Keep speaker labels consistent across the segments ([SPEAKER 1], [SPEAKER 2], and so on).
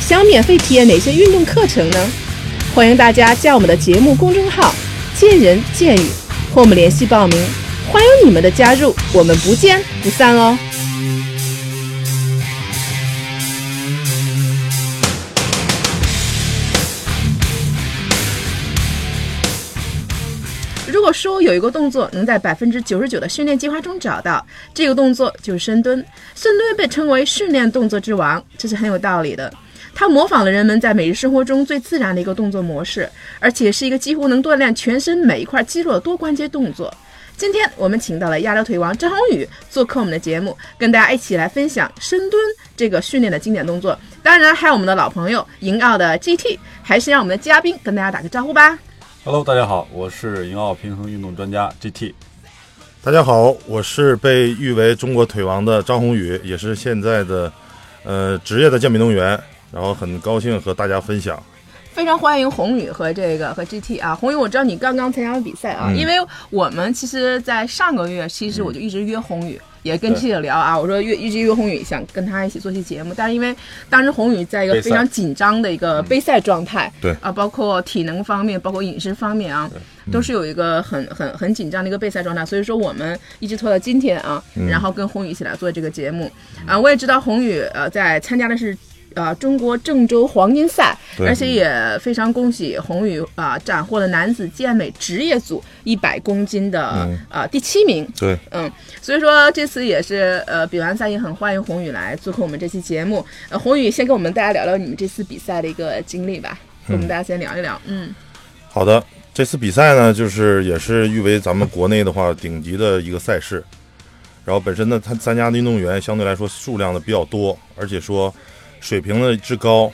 [SPEAKER 1] 想免费体验哪些运动课程呢？欢迎大家加我们的节目公众号“见人见语”和我们联系报名，欢迎你们的加入，我们不见不散哦。如果说有一个动作能在百分之九十九的训练计划中找到，这个动作就是深蹲。深蹲被称为训练动作之王，这是很有道理的。它模仿了人们在每日生活中最自然的一个动作模式，而且是一个几乎能锻炼全身每一块肌肉的多关节动作。今天我们请到了亚洲腿王张宏宇做客我们的节目，跟大家一起来分享深蹲这个训练的经典动作。当然，还有我们的老朋友银奥的 GT，还是让我们的嘉宾跟大家打个招呼吧。
[SPEAKER 2] Hello，大家好，我是银奥平衡运动专家 GT。
[SPEAKER 3] 大家好，我是被誉为中国腿王的张宏宇，也是现在的呃职业的健美运动员，然后很高兴和大家分享。
[SPEAKER 1] 非常欢迎宏宇和这个和 GT 啊，宏宇，我知道你刚刚参加完比赛
[SPEAKER 2] 嗯
[SPEAKER 1] 啊，因为我们其实，在上个月，其实我就一直约宏宇，也跟
[SPEAKER 2] 对
[SPEAKER 1] GT 聊啊，我说约一直约宏宇，想跟他一起做期节目，但是因为当时宏宇在一个
[SPEAKER 2] 杯赛嗯
[SPEAKER 1] 非常紧张的一个杯赛状态，
[SPEAKER 3] 对
[SPEAKER 1] 啊，包括体能方面，包括饮食方面啊，
[SPEAKER 2] 嗯
[SPEAKER 1] 都是有一个很很很紧张的一个备赛状态，所以说我们一直拖到今天啊，
[SPEAKER 2] 嗯
[SPEAKER 1] 然后跟宏宇一起来做这个节目啊、我也知道宏宇呃在参加的是。呃，中国郑州黄金赛，
[SPEAKER 3] 对
[SPEAKER 1] 而且也非常恭喜宏宇啊、斩获了男子健美职业组一百公斤的啊、
[SPEAKER 3] 嗯
[SPEAKER 1] 呃第七名，
[SPEAKER 3] 对，
[SPEAKER 1] 嗯，所以说这次也是呃比完赛也很欢迎宏宇来做客我们这期节目。呃，宏宇先跟我们大家聊聊你们这次比赛的一个经历吧，跟我们大家先聊一聊，嗯
[SPEAKER 3] 好的，这次比赛呢，就是也是誉为咱们国内的话顶级的一个赛事。然后本身呢，它参加的运动员相对来说数量呢比较多，而且说水平呢之高，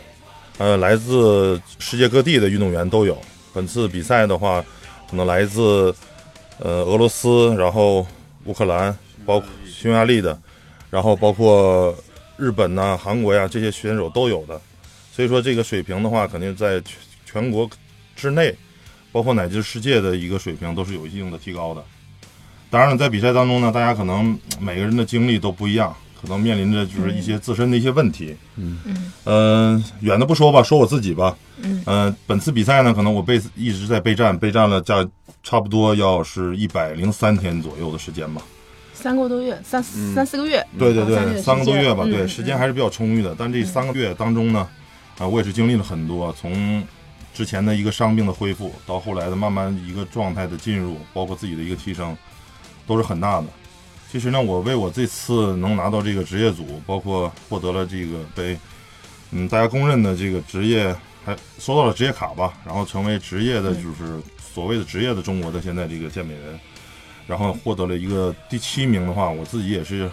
[SPEAKER 3] 呃，来自世界各地的运动员都有。本次比赛的话，可能来自呃俄罗斯，然后乌克兰，包括匈牙利的，然后包括日本呐、韩国呀、这些选手都有的。所以说这个水平的话，肯定在全全国之内，包括乃至世界的一个水平，都是有一定的提高的。当然了，在比赛当中呢，大家可能嗯每个人的经历都不一样，可能面临着就是一些自身的一些问题。嗯嗯，远的不说吧，说我自己吧。嗯、本次比赛呢，可能我备一直在备战，备战了价差不多要是一百零三天左右的时间吧。
[SPEAKER 1] 三个多月，三、三四个月，
[SPEAKER 3] 嗯对对
[SPEAKER 1] 啊
[SPEAKER 3] 对，嗯三个多月吧，对，时。
[SPEAKER 1] 时间
[SPEAKER 3] 间嗯还是比较充裕的。但这三个月当中呢，啊，我也是经历了很多，从之前的一个伤病的恢复，到后来的慢慢一个状态的进入，包括自己的一个提升，都是很大的。其实呢，我为我这次能拿到这个职业组，包括获得了这个被嗯大家公认的这个职业，还收到了职业卡吧，然后成为职业的，就是所谓的职业的中国的现在这个健美人，然后获得了一个第七名的话，我自己也是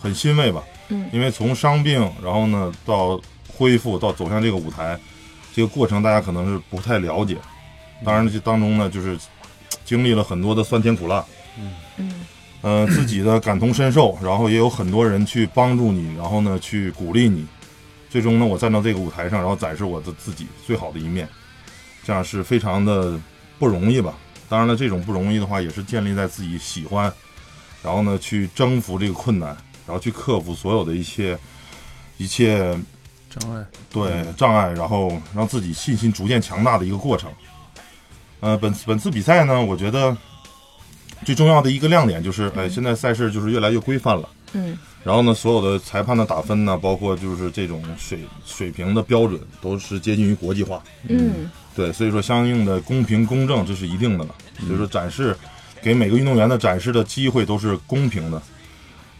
[SPEAKER 3] 很欣慰吧。
[SPEAKER 1] 嗯，
[SPEAKER 3] 因为从伤病，然后呢到恢复，到走向这个舞台，这个过程大家可能是不太了解。当然，这当中呢，就是经历了很多的酸甜苦辣。嗯嗯，呃，自己的感同身受，然后也有很多人去帮助你，然后呢去鼓励你。最终呢，我站到这个舞台上，然后展示我的自己最好的一面，这样是非常的不容易吧？当然了，这种不容易的话，也是建立在自己喜欢，然后呢去征服这个困难，然后去克服所有的一切一切
[SPEAKER 2] 障碍，
[SPEAKER 3] 对障碍，然后让自己信心逐渐强大的一个过程。呃，本次本次比赛呢，我觉得最重要的一个亮点就是，哎，现在赛事就是越来越规范了。
[SPEAKER 1] 嗯。
[SPEAKER 3] 然后呢，所有的裁判的打分呢，包括就是这种水水平的标准，都是接近于国际化。
[SPEAKER 1] 嗯
[SPEAKER 3] 对，所以说相应的公平公正这是一定的了，所以说展示给每个运动员的展示的机会都是公平的。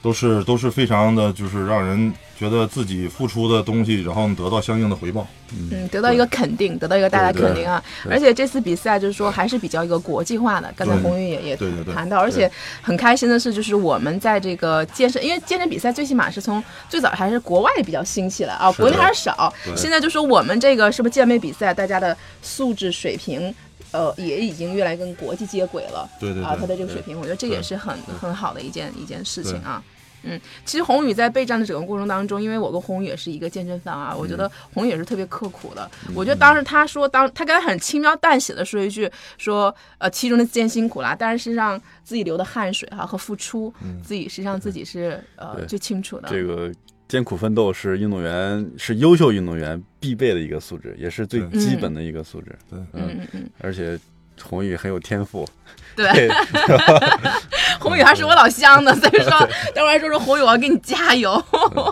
[SPEAKER 3] 都是都是非常的，就是让人觉得自己付出的东西，然后得到相应的回报。
[SPEAKER 1] 嗯，得到一个肯定，得到一个大家
[SPEAKER 3] 对对
[SPEAKER 1] 肯定啊！而且这次比赛就是说还是比较一个国际化的，刚才
[SPEAKER 3] 对
[SPEAKER 1] 红云也也
[SPEAKER 3] 对对对
[SPEAKER 1] 谈到，而且很开心的是，就是我们在这个健身，因为健身比赛最起码是从最早还是国外比较兴起了啊，
[SPEAKER 3] 是的
[SPEAKER 1] 国内还是少。
[SPEAKER 3] 对
[SPEAKER 1] 现在就说我们这个是不是健美比赛，大家的素质水平。呃，也已经越来越跟国际接轨了。
[SPEAKER 3] 对对对
[SPEAKER 1] 啊，他的这个
[SPEAKER 3] 对
[SPEAKER 1] 水平，我觉得这也是很很好的一件一件事情
[SPEAKER 3] 对
[SPEAKER 1] 啊。嗯，其实宏宇在备战的整个过程当中，因为我跟宏宇也是一个健身房啊，我觉得宏宇也是特别刻苦的。我觉得当时他说，当他刚才很轻描淡写的说一句，说呃其中的艰辛苦啦，但是是让自己流的汗水哈、啊和付出，自己实际上自己是呃
[SPEAKER 2] 对
[SPEAKER 1] 最清楚的。
[SPEAKER 2] 这个艰苦奋斗是运动员是优秀运动员必备的一个素质，也是最
[SPEAKER 3] 嗯
[SPEAKER 2] 基本的一个素质。
[SPEAKER 3] 对，
[SPEAKER 1] 嗯嗯嗯，
[SPEAKER 2] 而且宏宇很有天赋，
[SPEAKER 1] 对，宏宇还是我老乡呢，所以说，待会儿还说说宏宇，我要给你加油。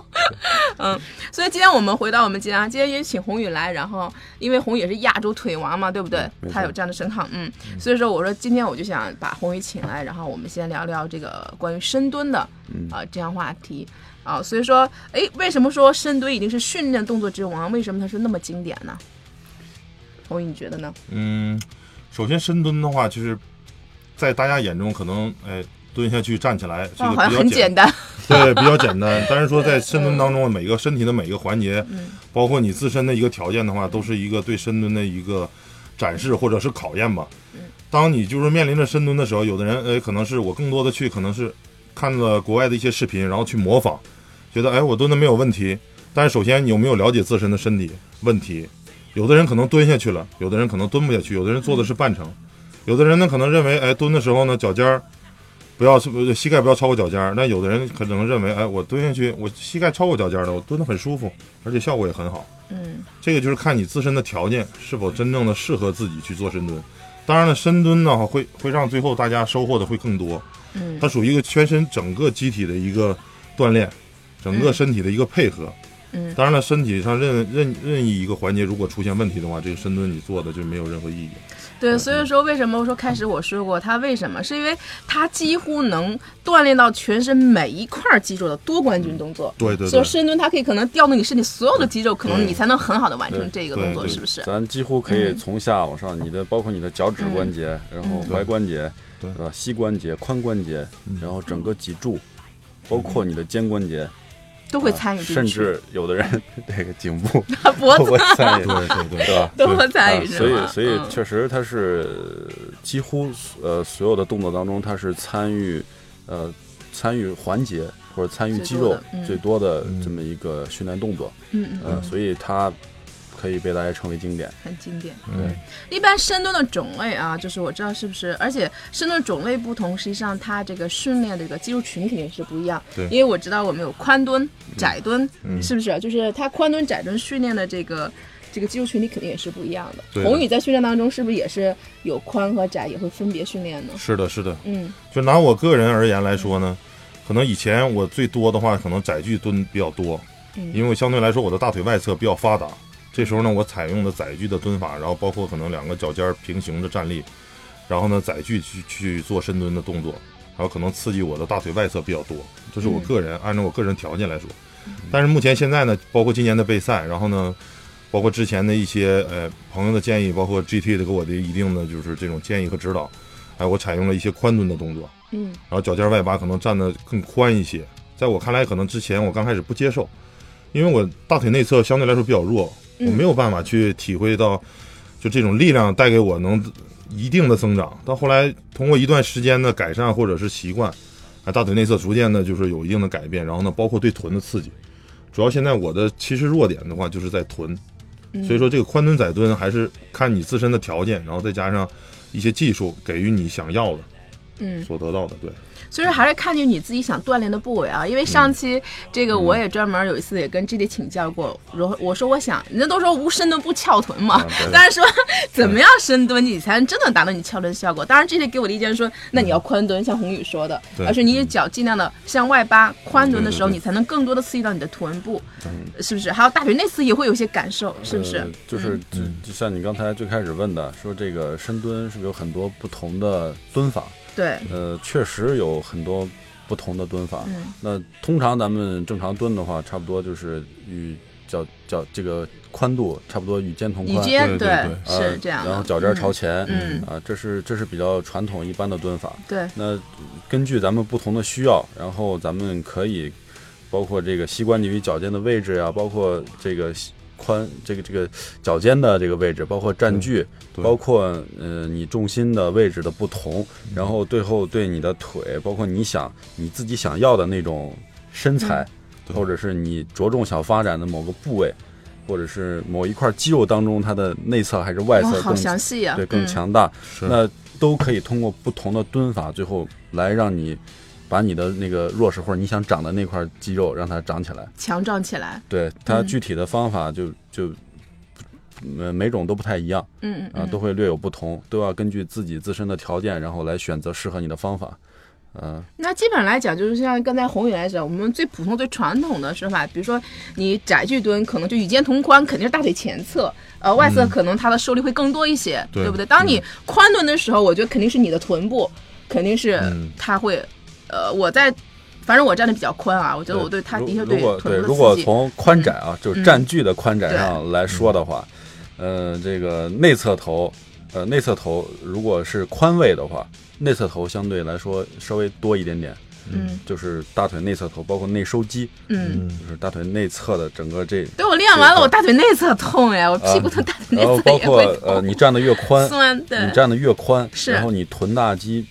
[SPEAKER 1] 嗯，所以今天我们回到我们家，今天也请宏宇来，然后因为宏宇也是亚洲腿王嘛，对不对？
[SPEAKER 2] 没错
[SPEAKER 1] 他有这样的声抗，嗯，所以说我说今天我就想把宏宇请来，然后我们先聊聊这个关于深蹲的啊、这样话题。啊、所以说，哎，为什么说深蹲已经是训练动作之王？为什么它是那么经典呢？宏宇，你觉得呢？
[SPEAKER 3] 嗯，首先深蹲的话，就是在大家眼中可能，哎，蹲下去站起来这
[SPEAKER 1] 啊，
[SPEAKER 3] 个
[SPEAKER 1] 好像
[SPEAKER 3] 比较
[SPEAKER 1] 很简
[SPEAKER 3] 简，
[SPEAKER 1] 单，
[SPEAKER 3] 对，比较简单。但是说在深蹲当中，每个身体的每个环节，包括你自身的一个条件的话，都是一个对深蹲的一个展示或者是考验吧。当你就是面临着深蹲的时候，有的人，哎，可能是我更多的去，可能是看了国外的一些视频，然后去模仿，觉得哎，我蹲的没有问题。但是首先，你有没有了解自身的身体问题？有的人可能蹲下去了，有的人可能蹲不下去，有的人做的是半程，有的人呢可能认为，哎，蹲的时候呢脚尖儿不要呃膝盖不要超过脚尖儿，但有的人可能认为，哎，我蹲下去，我膝盖超过脚尖儿了，我蹲得很舒服，而且效果也很好。
[SPEAKER 1] 嗯
[SPEAKER 3] 这个就是看你自身的条件是否真正的适合自己去做深蹲。当然了，深蹲呢会会让最后大家收获的会更多，
[SPEAKER 1] 嗯
[SPEAKER 3] 它属于一个全身整个机体的一个锻炼，整个身体的一个配合。
[SPEAKER 1] 嗯
[SPEAKER 3] 当然了，身体上任任任意一个环节如果出现问题的话，这个深蹲你做的就没有任何意义。
[SPEAKER 1] 对，所以说为什么我说开始我说过他为什么，是因为他几乎能锻炼到全身每一块肌肉的多关节动作。
[SPEAKER 3] 对对
[SPEAKER 1] 所
[SPEAKER 3] 对
[SPEAKER 1] 以，深蹲它可以可能调动你身体所有的肌肉，可能
[SPEAKER 3] 对
[SPEAKER 1] 你才能很好的完成这个
[SPEAKER 3] 对
[SPEAKER 1] 动作，
[SPEAKER 3] 对
[SPEAKER 1] 是不是？嗯
[SPEAKER 2] 咱几乎可以从下往上，你的包括你的脚趾关节，然后踝关节，
[SPEAKER 3] 对
[SPEAKER 2] 吧？膝关节、髋关节，然后整个脊柱，包括你的肩关节，啊
[SPEAKER 1] 都会参与进去，
[SPEAKER 2] 甚至有的人 这个颈部
[SPEAKER 1] 脖
[SPEAKER 2] 都
[SPEAKER 1] 子
[SPEAKER 2] 会参与，
[SPEAKER 3] 对对对
[SPEAKER 2] 对吧？
[SPEAKER 1] 都会
[SPEAKER 2] 啊
[SPEAKER 1] 参与，，
[SPEAKER 2] 所
[SPEAKER 1] 是
[SPEAKER 2] 以
[SPEAKER 1] 吗？
[SPEAKER 2] 所以
[SPEAKER 1] 嗯
[SPEAKER 2] 确实它是呃几乎呃所有的动作当中，它是参与呃参与环节或者参与肌肉
[SPEAKER 1] 最
[SPEAKER 2] 最多的这么一个训练动作，
[SPEAKER 1] 嗯嗯，
[SPEAKER 2] 呃，所以它可以被大家称为经典。
[SPEAKER 1] 很经典。
[SPEAKER 3] 嗯，
[SPEAKER 1] 一般深蹲的种类啊，就是我知道是不是？而且深蹲种类不同，实际上它这个训练的这个肌肉群肯定是不一样。
[SPEAKER 3] 对嗯
[SPEAKER 1] 因为我知道我们有宽蹲、窄蹲，是不是？就是它宽蹲、窄蹲训练的这个这个肌肉群体肯定也是不一样的。
[SPEAKER 3] 对的
[SPEAKER 1] 宏宇在训练当中是不是也是有宽和窄也会分别训练呢？
[SPEAKER 3] 是的，是的。
[SPEAKER 1] 嗯
[SPEAKER 3] 就拿我个人而言来说呢，可能以前我最多的话，可能窄距蹲比较多，
[SPEAKER 1] 嗯
[SPEAKER 3] 因为我相对来说我的大腿外侧比较发达。这时候呢，我采用了窄距的蹲法，然后包括可能两个脚尖儿平行着站立，然后呢窄距去去做深蹲的动作，然后可能刺激我的大腿外侧比较多。这是我个人、按照我个人条件来说。但是目前现在呢，包括今年的备赛，然后呢，包括之前的一些呃朋友的建议，包括 GT 的给我的一定的就是这种建议和指导，哎，我采用了一些宽蹲的动作，
[SPEAKER 1] 嗯
[SPEAKER 3] 然后脚尖外八可能站得更宽一些。在我看来，可能之前我刚开始不接受，因为我大腿内侧相对来说比较弱，我没有办法去体会到就这种力量带给我能一定的增长。到后来通过一段时间的改善或者是习惯，啊，大腿内侧逐渐的就是有一定的改变，然后呢，包括对臀的刺激。主要现在我的其实弱点的话就是在臀，所以说这个宽蹲窄蹲还是看你自身的条件，然后再加上一些技术给予你想要的
[SPEAKER 1] 嗯，
[SPEAKER 3] 所得到的，对。
[SPEAKER 1] 所以说还是看你你自己想锻炼的部位啊，因为上期
[SPEAKER 2] 嗯
[SPEAKER 1] 这个我也专门有一次也跟 G D 请教过，然后我说我想，人家都说无深蹲不翘臀
[SPEAKER 2] 啊
[SPEAKER 1] 嘛，但是说怎么样深蹲你才能真的达到你翘臀效果？当然 G D 给我的意见说，那你要宽蹲，像宏宇说的，
[SPEAKER 3] 对
[SPEAKER 1] 而且你脚尽量的向外
[SPEAKER 2] 嗯
[SPEAKER 1] 八宽蹲的时候，
[SPEAKER 3] 对对对
[SPEAKER 1] 你才能更多的刺激到你的臀部，
[SPEAKER 2] 嗯
[SPEAKER 1] 是不是？还有大腿内侧也会有一些感受，是不是嗯
[SPEAKER 2] 呃？就是就就像你刚才最开始问的，说这个深蹲是不是有很多不同的蹲法？
[SPEAKER 1] 对，
[SPEAKER 2] 呃，确实有很多不不同的蹲法。
[SPEAKER 1] 嗯
[SPEAKER 2] 那通常咱们正常蹲的话，差不多就是与脚脚这个宽度差不多与肩同
[SPEAKER 1] 以
[SPEAKER 2] 宽，
[SPEAKER 1] 肩
[SPEAKER 3] 对对
[SPEAKER 2] 呃
[SPEAKER 1] 是这样的，
[SPEAKER 2] 然后脚尖儿朝前，
[SPEAKER 1] 嗯
[SPEAKER 2] 啊，这是这是比较传统一般的蹲法。
[SPEAKER 1] 对，
[SPEAKER 2] 那根据咱们不同的需要，然后咱们可以包括这个膝关节与脚尖的位置呀、包括这个膝宽这个这个脚尖的这个位置，包括站距，
[SPEAKER 3] 嗯对
[SPEAKER 2] 包括呃你重心的位置的不同，
[SPEAKER 3] 嗯
[SPEAKER 2] 然后最后对你的腿，包括你想你自己想要的那种身
[SPEAKER 1] 嗯
[SPEAKER 2] 材，
[SPEAKER 3] 对
[SPEAKER 2] 或者是你着重想发展的某个部位，或者是某一块肌肉当中它的内侧还是外
[SPEAKER 1] 哇，
[SPEAKER 2] 侧
[SPEAKER 1] 好
[SPEAKER 2] 更
[SPEAKER 1] 详细呀，
[SPEAKER 2] 对更
[SPEAKER 1] 嗯，
[SPEAKER 2] 强大。
[SPEAKER 3] 是
[SPEAKER 2] 那都可以通过不同的蹲法，最后来让你把你的那个弱势或者你想长的那块肌肉让它长起来。
[SPEAKER 1] 强壮起来，
[SPEAKER 2] 对它
[SPEAKER 1] 嗯
[SPEAKER 2] 具体的方法就、就，呃，每种都不太一样
[SPEAKER 1] 嗯嗯
[SPEAKER 2] 啊，都会略有不同，都要根据自己自身的条件，然后来选择适合你的方法。嗯、
[SPEAKER 1] 那基本上来讲，就是像刚才宏宇来讲，我们最普通、最传统的说法，比如说你窄距蹲，可能就与肩同宽，肯定是大腿前侧，呃，外侧可能它的受力会更多一些，
[SPEAKER 3] 对
[SPEAKER 1] 对不对？当你宽蹲的时候，我觉得肯定是你的臀部，肯定是它会，呃，我在，反正我站的比较宽啊，我觉得我对它的确
[SPEAKER 2] 如如果对，
[SPEAKER 1] 臀部的
[SPEAKER 2] 如果
[SPEAKER 1] 刺激，嗯
[SPEAKER 2] 从宽窄啊，就是占据的宽窄
[SPEAKER 1] 对
[SPEAKER 2] 上来说的话，呃，这个内侧头，呃，内侧头如果是宽位的话，内侧头相对来说稍微多一点点，
[SPEAKER 1] 嗯
[SPEAKER 2] 就是大腿内侧头，包括内收肌，
[SPEAKER 1] 嗯，
[SPEAKER 2] 就是大腿内侧的整个这，
[SPEAKER 1] 对我练完
[SPEAKER 2] 这
[SPEAKER 1] 了，我大腿内侧痛呀，我屁股疼，大腿 内
[SPEAKER 2] 然后
[SPEAKER 1] 侧
[SPEAKER 2] 包
[SPEAKER 1] 也
[SPEAKER 2] 括
[SPEAKER 1] 会
[SPEAKER 2] 呃，
[SPEAKER 1] 痛，
[SPEAKER 2] 你站的越宽，
[SPEAKER 1] 酸，对
[SPEAKER 2] 你，站的越宽，
[SPEAKER 1] 是
[SPEAKER 2] 然后你臀大肌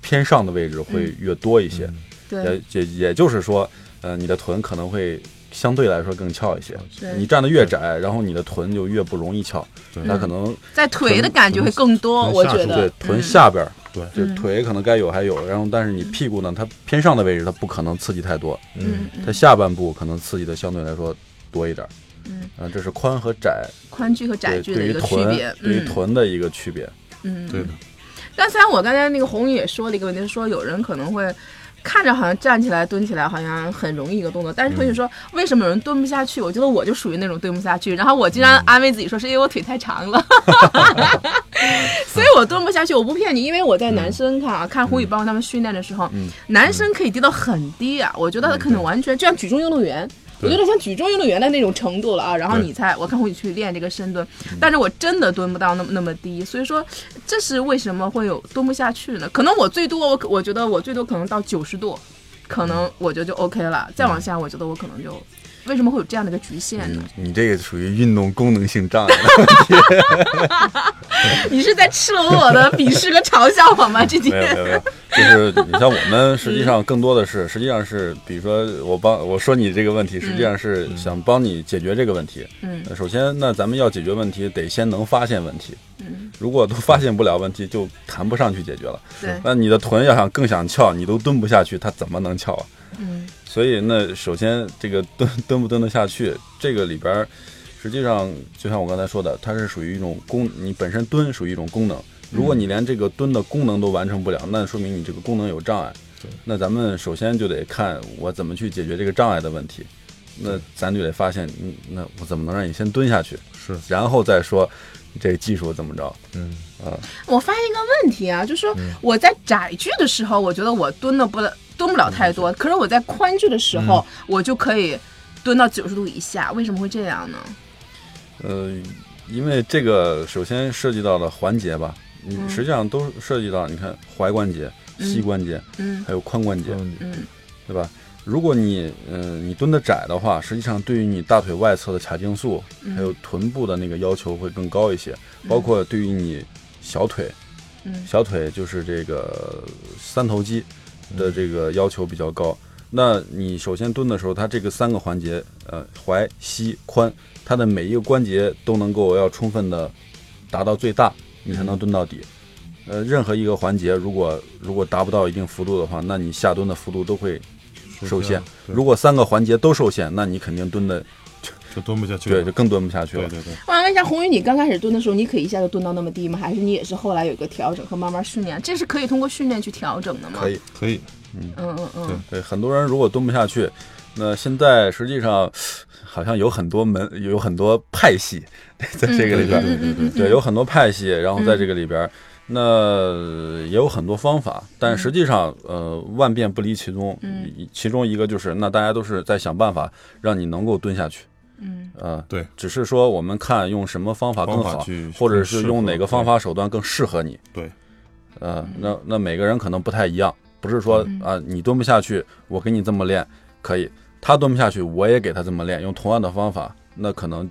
[SPEAKER 2] 偏上的位置
[SPEAKER 1] 嗯
[SPEAKER 2] 会越多一些，
[SPEAKER 1] 对
[SPEAKER 2] 也也也就是说，呃，你的臀可能会相对来说更翘一些。
[SPEAKER 1] 对，
[SPEAKER 2] 你站得越窄，然后你的臀就越不容易翘，
[SPEAKER 3] 对
[SPEAKER 2] 那可能
[SPEAKER 1] 在腿的感觉会更多，
[SPEAKER 3] 臀
[SPEAKER 1] 我
[SPEAKER 3] 下
[SPEAKER 1] 觉
[SPEAKER 3] 是
[SPEAKER 1] 得
[SPEAKER 2] 对嗯臀下边儿，
[SPEAKER 3] 对
[SPEAKER 2] 就腿可能该有还有，然后但是你屁股呢，它偏上的位置它不可能刺激太多，
[SPEAKER 1] 嗯，嗯
[SPEAKER 2] 它下半部可能刺激的相对来说多一点儿。
[SPEAKER 1] 嗯，
[SPEAKER 2] 啊，这是宽和窄
[SPEAKER 1] 宽距和窄
[SPEAKER 2] 对
[SPEAKER 1] 距
[SPEAKER 2] 对
[SPEAKER 1] 的一
[SPEAKER 2] 于
[SPEAKER 1] 个区
[SPEAKER 2] 臀
[SPEAKER 1] 别。
[SPEAKER 2] 对于
[SPEAKER 1] 嗯
[SPEAKER 2] 臀的一个区别。
[SPEAKER 1] 嗯，
[SPEAKER 3] 对的。
[SPEAKER 1] 但虽然我刚才那个红宇也说了一个问题，就是说有人可能会看着好像站起来、蹲起来好像很容易一个动作，但是
[SPEAKER 2] 嗯
[SPEAKER 1] 红宇说为什么有人蹲不下去？我觉得我就属于那种蹲不下去，然后我竟
[SPEAKER 2] 嗯
[SPEAKER 1] 然安慰自己说是因为我腿太长了， 所以我蹲不下去。我不骗你，因为我在男生看啊，看红宇帮他们训练的时候，
[SPEAKER 2] 嗯
[SPEAKER 1] 男生可以低到很低啊，我觉得他可能完全就像举重运动
[SPEAKER 2] 嗯
[SPEAKER 1] 员。我
[SPEAKER 3] 对
[SPEAKER 1] 觉得像举重运动员的那种程度了啊，然后
[SPEAKER 3] 对
[SPEAKER 1] 你才我看会去练这个深蹲，
[SPEAKER 2] 嗯
[SPEAKER 1] 但是我真的蹲不到那么那么低，所以说这是为什么会有蹲不下去呢？可能我最多我我觉得我最多可能到九十度，可能我觉得就 OK 了，
[SPEAKER 2] 嗯
[SPEAKER 1] 再往下我觉得我可能就为什么会有这样的一个局限呢？
[SPEAKER 2] 你这个属于运动功能性障碍。
[SPEAKER 1] 你是在赤裸裸的鄙视和嘲笑我吗？这几
[SPEAKER 2] 没有
[SPEAKER 1] 天
[SPEAKER 2] 没有没有，就是你像我们，实际上更多的是，实际上是，比如说我帮我说你这个问题，实际上是想帮你解决这个问题。
[SPEAKER 1] 嗯
[SPEAKER 2] 呃，首先，那咱们要解决问题，得先能发现问题。嗯，如果都发现不了问题， 就谈不上去解决了。
[SPEAKER 1] 对，
[SPEAKER 2] 那你的臀要想更想翘，你都蹲不下去，它怎么能翘啊？
[SPEAKER 1] 嗯
[SPEAKER 2] 所以那首先这个蹲蹲不蹲得下去，这个里边儿实际上就像我刚才说的，它是属于一种功，你本身蹲属于一种功能。如果你连这个蹲的功能都完成不了，那说明你这个功能有障碍。那咱们首先就得看我怎么去解决这个障碍的问题。那咱就得发现，嗯，那我怎么能让你先蹲下去，
[SPEAKER 3] 是
[SPEAKER 2] 然后再说这个技术怎么着？
[SPEAKER 3] 嗯
[SPEAKER 1] 我发现一个问题啊，就是说我在窄距的时候，我觉得我蹲的不了蹲不了太多，可是我在宽距的时候，我就可以蹲到九十度以下，为什么会这样呢？
[SPEAKER 2] 呃，因为这个首先涉及到了环节吧，你实际上都涉及到，你看踝关节、膝关节，
[SPEAKER 1] 嗯
[SPEAKER 2] 还有髋关节，
[SPEAKER 1] 嗯
[SPEAKER 2] 对吧？如果你呃你蹲得窄的话，实际上对于你大腿外侧的髂胫束，还有臀部的那个要求会更高一些，包括对于你小腿，
[SPEAKER 1] 嗯
[SPEAKER 2] 小腿就是这个三头肌的这个要求比较高。那你首先蹲的时候，它这个三个环节，呃，踝、膝、髋，它的每一个关节都能够要充分的达到最大，你才能蹲到底。呃，任何一个环节如果如果达不到一定幅度的话，那你下蹲的幅度都会受限。
[SPEAKER 3] 对
[SPEAKER 2] 如果三个环节都受限，那你肯定蹲的
[SPEAKER 3] 就蹲不下去了，
[SPEAKER 2] 对就嗯更蹲不下去
[SPEAKER 3] 对
[SPEAKER 2] 了。
[SPEAKER 3] 对对，
[SPEAKER 1] 我想问一下，红宇，你刚开始蹲的时候，你可以一下就蹲到那么低吗？还是你也是后来有一个调整和慢慢训练？这是可以通过训练去调整的吗？
[SPEAKER 2] 可以。
[SPEAKER 3] 可以
[SPEAKER 1] 嗯嗯嗯，
[SPEAKER 2] 对，很多人如果蹲不下去，那现在实际上好像有很多门，有很多派系在这个里边儿，
[SPEAKER 3] 对对对对嗯
[SPEAKER 2] 对，有很多派系，然后在这个里边儿，那也有很多方法，但实际上，呃，万变不离其宗。
[SPEAKER 4] 嗯
[SPEAKER 2] 其中一个就是，那大家都是在想办法让你能够蹲下去。
[SPEAKER 4] 嗯
[SPEAKER 2] 呃，
[SPEAKER 3] 对，
[SPEAKER 2] 只是说我们看用什么方法更
[SPEAKER 3] 方
[SPEAKER 2] 好
[SPEAKER 3] 法去，
[SPEAKER 2] 或者是
[SPEAKER 3] 更适合
[SPEAKER 2] 用哪个方法手段更适合你。
[SPEAKER 3] 对，
[SPEAKER 2] 呃，那那每个人可能不太一样，不是说
[SPEAKER 4] 嗯
[SPEAKER 2] 啊、你蹲不下去，我给你这么练可以，他蹲不下去，我也给他这么练，用同样的方法，那可能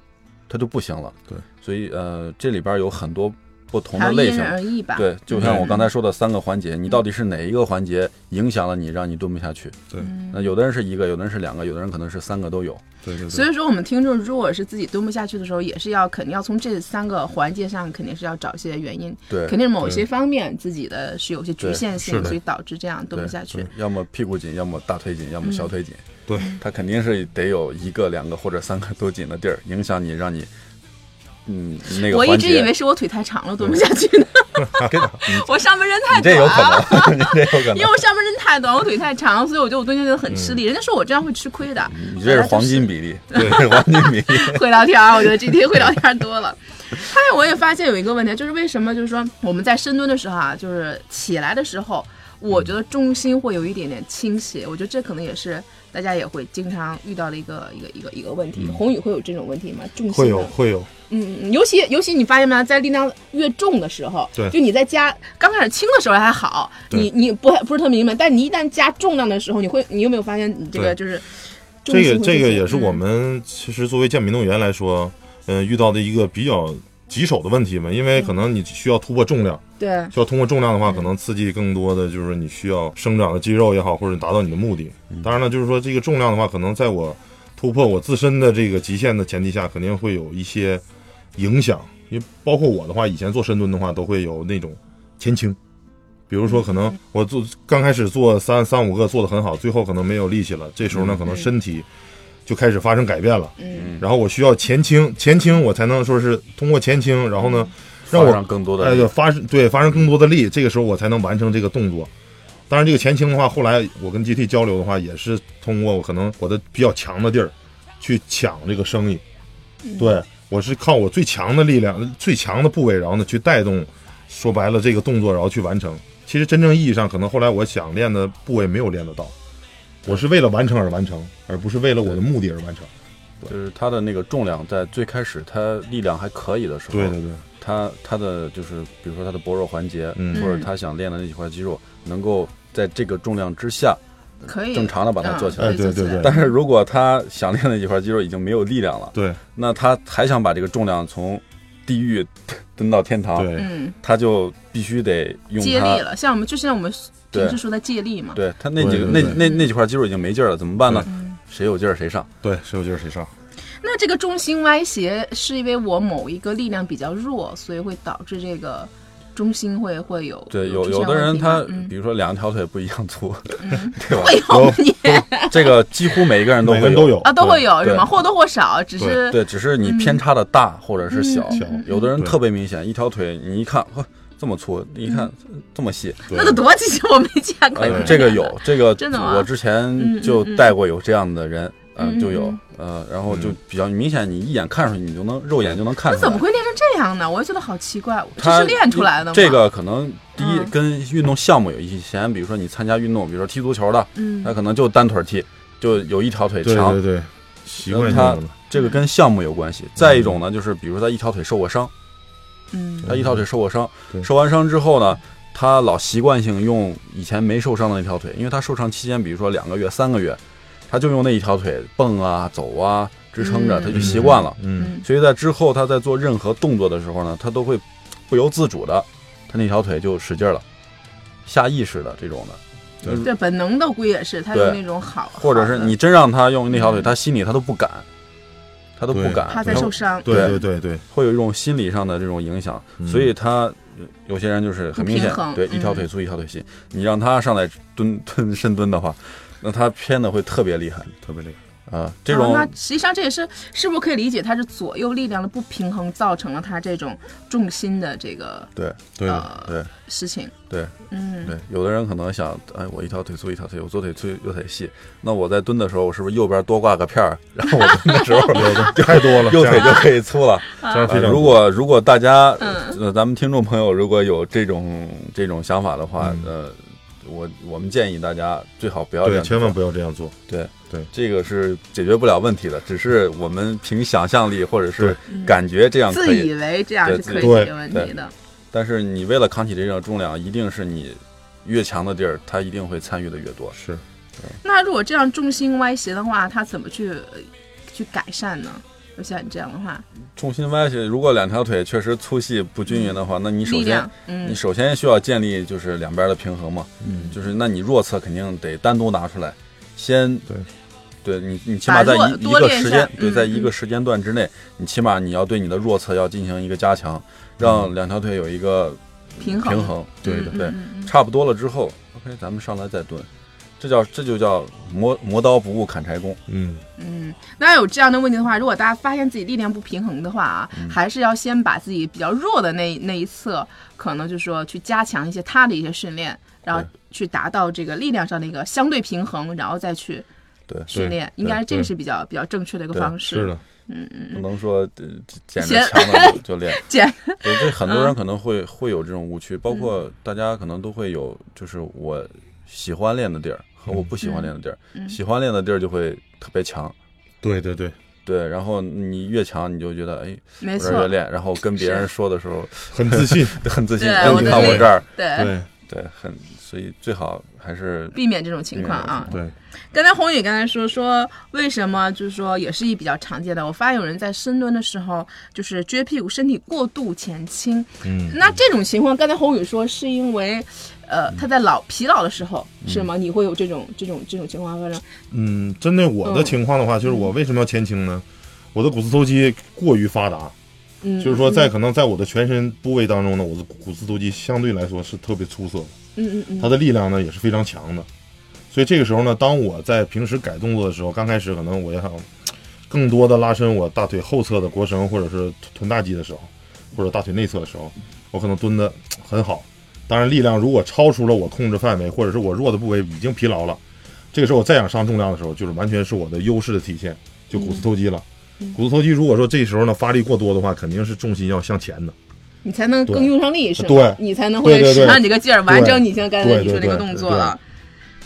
[SPEAKER 2] 他就不行了。
[SPEAKER 3] 对，
[SPEAKER 2] 所以呃，这里边有很多不同
[SPEAKER 4] 还
[SPEAKER 1] 嗯
[SPEAKER 4] 要
[SPEAKER 2] 的类
[SPEAKER 4] 因
[SPEAKER 2] 型
[SPEAKER 4] 人。而异吧。
[SPEAKER 2] 对，就像
[SPEAKER 3] 嗯
[SPEAKER 2] 我刚才说的三个环节，你到底是哪一个环节影响了你，让你蹲不下去？
[SPEAKER 3] 对
[SPEAKER 1] 嗯
[SPEAKER 2] 那有的人是一个，有的人是两个，有的人可能是三个都有。
[SPEAKER 3] 对对
[SPEAKER 1] 所
[SPEAKER 3] 对，
[SPEAKER 1] 以说，我们听众如果是自己蹲不下去的时候，也是要肯定要从这三个环节上，肯定是要找一些原因，
[SPEAKER 2] 对，
[SPEAKER 1] 肯定某些方面自己的是有些局
[SPEAKER 2] 对
[SPEAKER 1] 限
[SPEAKER 3] 是
[SPEAKER 1] 性，
[SPEAKER 3] 的
[SPEAKER 1] 所以导致这样蹲不下去。嗯
[SPEAKER 2] 要么屁股紧，要么大腿紧，要么小腿紧。
[SPEAKER 3] 对，
[SPEAKER 2] 它肯定是得有一个、两个或者三个都紧的地儿，影响你，让你，嗯，那个
[SPEAKER 1] 我一
[SPEAKER 2] 环
[SPEAKER 1] 直
[SPEAKER 2] 节。
[SPEAKER 1] 以为是我腿太长了蹲不下去 呢，我上半身太
[SPEAKER 2] 你这有
[SPEAKER 1] 短
[SPEAKER 2] 可
[SPEAKER 1] 了。
[SPEAKER 2] 能，你这有可
[SPEAKER 1] 因为
[SPEAKER 2] 能，
[SPEAKER 1] 我上半身太短，我腿太长，所以我觉得我蹲下去很吃力。人家说我这样会吃亏的，
[SPEAKER 2] 嗯你这是黄金比例，
[SPEAKER 3] 对
[SPEAKER 2] 黄金比例。
[SPEAKER 1] 会聊天儿，我觉得这天会聊天儿多了。 还有，我也发现有一个问题，就是为什么就是说我们在深蹲的时候啊，就是起来的时候，我觉得重心会有一点点倾斜，我觉得这可能也是大家也会经常遇到的一个一个一个一个问题。宏宇会有这种问题吗？重心
[SPEAKER 3] 会有
[SPEAKER 1] 的
[SPEAKER 3] 会有，
[SPEAKER 1] 嗯，嗯尤其尤其你发现没有，在力量越重的时候，
[SPEAKER 3] 对
[SPEAKER 1] 就你在加刚开始轻的时候还好，
[SPEAKER 3] 对
[SPEAKER 1] 你你不不是特明白，但你一旦加重量的时候，你会你有没有发现你这个
[SPEAKER 3] 对
[SPEAKER 1] 就是重
[SPEAKER 3] 这
[SPEAKER 1] 心
[SPEAKER 3] 个
[SPEAKER 1] 会
[SPEAKER 3] 这个
[SPEAKER 1] 倾斜
[SPEAKER 3] 也是
[SPEAKER 2] 嗯
[SPEAKER 3] 我们其实作为健美运动员来说，呃，遇到的一个比较棘手的问题嘛，因
[SPEAKER 2] 嗯
[SPEAKER 3] 为可能你需要突破重量，
[SPEAKER 1] 对
[SPEAKER 3] 需要通过重量的话，可能刺激更多的就是你需要生长的肌肉也好，或者达到你的目的。当然了，就是说这个重量的话，可能在我突破我自身的这个极限的前提下，肯定会有一些影响。因为包括我的话，以前做深蹲的话，都会有那种前倾，比如说可能我做刚开始做三三五个做的很好，最后可能没有力气了，这时候呢，可能身体就开始发生改变了。
[SPEAKER 1] 嗯
[SPEAKER 3] 然后我需要前倾，前倾我才能说是通过前倾，然后呢，让我
[SPEAKER 2] 让更多的
[SPEAKER 3] 哎，
[SPEAKER 2] 人
[SPEAKER 3] 对，发生对发生更多的力，这个时候我才能完成这个动作。当然，这个前倾的话，后来我跟 GT 交流的话，也是通过我可能我的比较强的地儿去抢这个生意。
[SPEAKER 1] 嗯
[SPEAKER 3] 对我是靠我最强的力量、最强的部位，然后呢去带动，说白了这个动作，然后去完成。其实真正意义上，可能后来我想练的部位没有练得到，我是为了完成而完成，而不是为了我的目的而完成。
[SPEAKER 2] 就是他的那个重量，在最开始他力量还可以的时候，
[SPEAKER 3] 对对对，
[SPEAKER 2] 他他的就是比如说他的薄弱环节，
[SPEAKER 3] 嗯
[SPEAKER 2] 或者他想练的那几块肌肉，能够在这个重量之下
[SPEAKER 1] 可以
[SPEAKER 2] 正常的把它做起来。
[SPEAKER 3] 哎
[SPEAKER 1] 嗯
[SPEAKER 3] 对
[SPEAKER 1] 做起
[SPEAKER 3] 对
[SPEAKER 1] 来
[SPEAKER 3] 对
[SPEAKER 2] 但是如果他想练的几块肌肉已经没有力量了，
[SPEAKER 3] 对
[SPEAKER 2] 那他还想把这个重量从地狱 蹲到天堂，
[SPEAKER 3] 对
[SPEAKER 1] 嗯。
[SPEAKER 2] 他就必须得用
[SPEAKER 1] 接力
[SPEAKER 2] 他。
[SPEAKER 1] 了，像我们就像我们平时说的借力嘛。
[SPEAKER 2] 对他那几个那
[SPEAKER 3] 对对对
[SPEAKER 2] 那那几块肌肉已经没劲儿了，怎么办呢？谁有劲儿谁上。
[SPEAKER 3] 对，谁有劲儿谁上。
[SPEAKER 1] 那这个重心歪斜是因为我某一个力量比较弱，所以会导致这个重心会会有
[SPEAKER 2] 对，有
[SPEAKER 1] 出现
[SPEAKER 2] 有的人
[SPEAKER 1] 问题
[SPEAKER 2] 他
[SPEAKER 1] 吗嗯
[SPEAKER 2] 比如说两条腿不一样粗， 对 吧？
[SPEAKER 1] 会有问 题
[SPEAKER 2] 这个几乎每一个人都
[SPEAKER 3] 每个
[SPEAKER 2] 会
[SPEAKER 3] 人都有
[SPEAKER 1] 啊，都会有
[SPEAKER 2] 对
[SPEAKER 1] 是吗？或多或少，只是
[SPEAKER 2] 对，只是你
[SPEAKER 1] 嗯
[SPEAKER 2] 偏差的大或者是小
[SPEAKER 3] 嗯小，
[SPEAKER 2] 有的人
[SPEAKER 3] 对
[SPEAKER 2] 特别明显，一条腿你一看，呵，这么粗，你一看这么细，
[SPEAKER 3] 对
[SPEAKER 1] 嗯那得多极限，我没见过
[SPEAKER 2] 呃，。这个有，这个
[SPEAKER 1] 真的吗嗯
[SPEAKER 2] 我之前就带过有这样的人，嗯，就有，呃，然后就
[SPEAKER 3] 嗯
[SPEAKER 2] 比较明显，你一眼看上去，你就能肉眼就能看
[SPEAKER 1] 那
[SPEAKER 2] 出
[SPEAKER 1] 怎么
[SPEAKER 2] 来。
[SPEAKER 1] 会练成这样呢？我也觉得好奇怪，这
[SPEAKER 2] 他
[SPEAKER 1] 是练出来的吗？
[SPEAKER 2] 这个可能第一
[SPEAKER 1] 嗯
[SPEAKER 2] 跟运动项目有以前，比如说你参加运动，比如说踢足球的，
[SPEAKER 1] 嗯
[SPEAKER 2] 他可能就单腿踢，就有一条腿
[SPEAKER 3] 对
[SPEAKER 2] 长
[SPEAKER 3] 对，对，习
[SPEAKER 2] 然后
[SPEAKER 3] 惯性
[SPEAKER 2] 他
[SPEAKER 3] 的了。
[SPEAKER 2] 这个跟项目有关系。再一种呢，就是比如说他一条腿受过伤，
[SPEAKER 1] 嗯
[SPEAKER 2] 他一条腿受过伤，
[SPEAKER 3] 嗯对
[SPEAKER 2] 受完伤之后呢，他老习惯性用以前没受伤的那条腿，因为他受伤期间，比如说两个月、三个月，他就用那一条腿蹦啊、走啊、支撑着，
[SPEAKER 1] 嗯
[SPEAKER 2] 他就习惯了。
[SPEAKER 3] 嗯，
[SPEAKER 1] 嗯
[SPEAKER 2] 所以在之后他在做任何动作的时候呢，他都会不由自主的，他那条腿就使劲儿了，下意识的这种的。
[SPEAKER 1] 对，本能的估计也是，他有
[SPEAKER 2] 对
[SPEAKER 1] 那种好，
[SPEAKER 2] 或者是你真让他用那条腿，他心里他都不敢，他都不
[SPEAKER 3] 对
[SPEAKER 2] 敢，
[SPEAKER 1] 他在
[SPEAKER 2] 他
[SPEAKER 1] 受伤，
[SPEAKER 3] 对
[SPEAKER 2] 对
[SPEAKER 3] 对对对，
[SPEAKER 2] 会有一种心理上的这种影响，
[SPEAKER 3] 嗯
[SPEAKER 2] 所以他有有些人就是很明显
[SPEAKER 1] 不平，衡
[SPEAKER 2] 对
[SPEAKER 1] 嗯
[SPEAKER 2] 一条腿粗一条腿细，你让他上来蹲蹲深蹲的话，那他偏的会特别厉害
[SPEAKER 3] 特别厉害。
[SPEAKER 2] 啊。这种
[SPEAKER 1] 啊那实际上这也是是不是可以理解，它是左右力量的不平衡造成了它这种重心的这个
[SPEAKER 2] 对
[SPEAKER 3] 对的
[SPEAKER 1] 呃
[SPEAKER 2] 对
[SPEAKER 1] 事情。
[SPEAKER 2] 对
[SPEAKER 1] 嗯，
[SPEAKER 2] 对，有的人可能想，哎，我一条腿粗一条腿，我左腿粗右腿细，那我在蹲的时候，我是不是右边多挂个片儿，然后我蹲的时候
[SPEAKER 3] 太多了，
[SPEAKER 2] 右
[SPEAKER 3] 这
[SPEAKER 2] 腿
[SPEAKER 3] 样
[SPEAKER 2] 就可以粗了？
[SPEAKER 3] 这样非
[SPEAKER 2] 呃
[SPEAKER 3] 常
[SPEAKER 2] 如果如果大家呃，咱们听众朋友如果有这种这种想法的话，呃，我我们建议大家最好不要这
[SPEAKER 3] 嗯对，
[SPEAKER 2] 样
[SPEAKER 3] 千万
[SPEAKER 2] 做
[SPEAKER 3] 不要这样做。
[SPEAKER 2] 对
[SPEAKER 3] 对
[SPEAKER 2] 这个是解决不了问题的，只是我们凭想象力或者是
[SPEAKER 3] 对
[SPEAKER 2] 感觉这样可
[SPEAKER 1] 自
[SPEAKER 2] 以
[SPEAKER 1] 以，为这样
[SPEAKER 2] 对
[SPEAKER 1] 是
[SPEAKER 2] 自
[SPEAKER 1] 可以
[SPEAKER 3] 以为
[SPEAKER 1] 解决问题
[SPEAKER 2] 对
[SPEAKER 1] 的。
[SPEAKER 2] 但是你为了扛起这种重量，一定是你越强的地儿，他一定会参与的越多。
[SPEAKER 3] 是，
[SPEAKER 1] 那如果这样重心歪斜的话，他怎么去呃去改善呢？就像你这样的话，
[SPEAKER 2] 重心歪斜，如果两条腿确实粗细不均匀的话，那你首
[SPEAKER 1] 力
[SPEAKER 2] 先
[SPEAKER 1] 量，嗯
[SPEAKER 2] 你，首先需要建立就是两边的平衡嘛，
[SPEAKER 3] 嗯，
[SPEAKER 2] 就是那你弱侧肯定得单独拿出来，先
[SPEAKER 3] 对，
[SPEAKER 2] 对你你起码在
[SPEAKER 1] 把
[SPEAKER 2] 一
[SPEAKER 1] 弱
[SPEAKER 2] 一
[SPEAKER 1] 多
[SPEAKER 2] 个
[SPEAKER 1] 练一
[SPEAKER 2] 时
[SPEAKER 1] 下
[SPEAKER 2] 间对，
[SPEAKER 1] 嗯
[SPEAKER 2] 在一个时间段之内，你起码你要对你的弱侧要进行一个加强，让两条腿有一个
[SPEAKER 1] 平衡，
[SPEAKER 2] 平衡，对
[SPEAKER 1] 嗯
[SPEAKER 2] 的
[SPEAKER 1] 嗯
[SPEAKER 2] 对，
[SPEAKER 1] 嗯嗯
[SPEAKER 2] 差不多了之后，OK，咱们上来再蹲，这叫这就叫磨磨刀不误砍柴工，
[SPEAKER 3] 嗯，
[SPEAKER 1] 嗯，那有这样的问题的话，如果大家发现自己力量不平衡的话啊，
[SPEAKER 2] 嗯
[SPEAKER 1] 还是要先把自己比较弱的那那一侧，可能就是说去加强一些他的一些训练，然后
[SPEAKER 2] 对
[SPEAKER 1] 去达到这个力量上的一个相对平衡，然后再去
[SPEAKER 2] 对，
[SPEAKER 1] 训练，应该这个是比较比较正确的一个
[SPEAKER 2] 对
[SPEAKER 1] 方式。
[SPEAKER 3] 是的，
[SPEAKER 2] 不能说呃捡着
[SPEAKER 1] 先
[SPEAKER 2] 强的就就练。
[SPEAKER 1] 姐，
[SPEAKER 2] 对，这很
[SPEAKER 1] 嗯
[SPEAKER 2] 多人可能会、会有这种误区，包括大家可能都会有，就是我喜欢练的地儿和我不喜欢练的地儿，
[SPEAKER 1] 嗯嗯
[SPEAKER 2] 喜欢练的地儿就会特别强，
[SPEAKER 3] 对对对，
[SPEAKER 2] 对，然后你越强，你就觉得哎，
[SPEAKER 1] 没
[SPEAKER 2] 我这儿越
[SPEAKER 1] 错，
[SPEAKER 2] 练，然后跟别人
[SPEAKER 1] 是
[SPEAKER 2] 说的时候
[SPEAKER 3] 很自信，
[SPEAKER 2] 很自信，
[SPEAKER 1] 对
[SPEAKER 2] 哎
[SPEAKER 3] 我
[SPEAKER 2] 你
[SPEAKER 3] 的
[SPEAKER 2] 看我
[SPEAKER 3] 练
[SPEAKER 2] 这儿，
[SPEAKER 1] 对，
[SPEAKER 3] 对
[SPEAKER 2] 对，很，所以最好还是
[SPEAKER 1] 避免这种情况啊。
[SPEAKER 3] 对，
[SPEAKER 1] 刚才宏宇刚才说说为什么就是说也是一比较常见的，我发现有人在深蹲的时候就是撅屁股，身体过度前倾。
[SPEAKER 3] 嗯，
[SPEAKER 1] 那这种情况，刚才宏宇说是因为，呃，他在老疲劳的时候是吗？你会有这种这种这种情况发生？
[SPEAKER 3] 嗯，针对我的
[SPEAKER 1] 嗯
[SPEAKER 3] 情况的话，就是我为什么要前倾呢？我的股四头肌过于发达，
[SPEAKER 1] 嗯，
[SPEAKER 3] 就是说在可能在我的全身部位当中呢，我的股四头肌相对来说是特别出色的，
[SPEAKER 1] 嗯嗯嗯
[SPEAKER 3] 它的力量呢也是非常强的。所以这个时候呢，当我在平时改动作的时候，刚开始可能我要想更多的拉伸我大腿后侧的腘绳或者是臀大肌的时候，或者大腿内侧的时候，我可能蹲的很好。当然，力量如果超出了我控制范围，或者是我弱的部位已经疲劳了，这个时候我再想上重量的时候，就是完全是我的优势的体现，就股四头肌了。股四头肌如果说这时候呢发力过多的话，肯定是重心要向前的。
[SPEAKER 1] 你才能更
[SPEAKER 3] 对
[SPEAKER 1] 用上力是吗？
[SPEAKER 3] 对
[SPEAKER 1] 你才能会
[SPEAKER 3] 对对
[SPEAKER 1] 使
[SPEAKER 3] 对
[SPEAKER 1] 上你这个劲儿，完
[SPEAKER 3] 对
[SPEAKER 1] 成你像刚才
[SPEAKER 3] 对
[SPEAKER 1] 你说
[SPEAKER 3] 对
[SPEAKER 1] 那个
[SPEAKER 3] 对
[SPEAKER 1] 动作啊。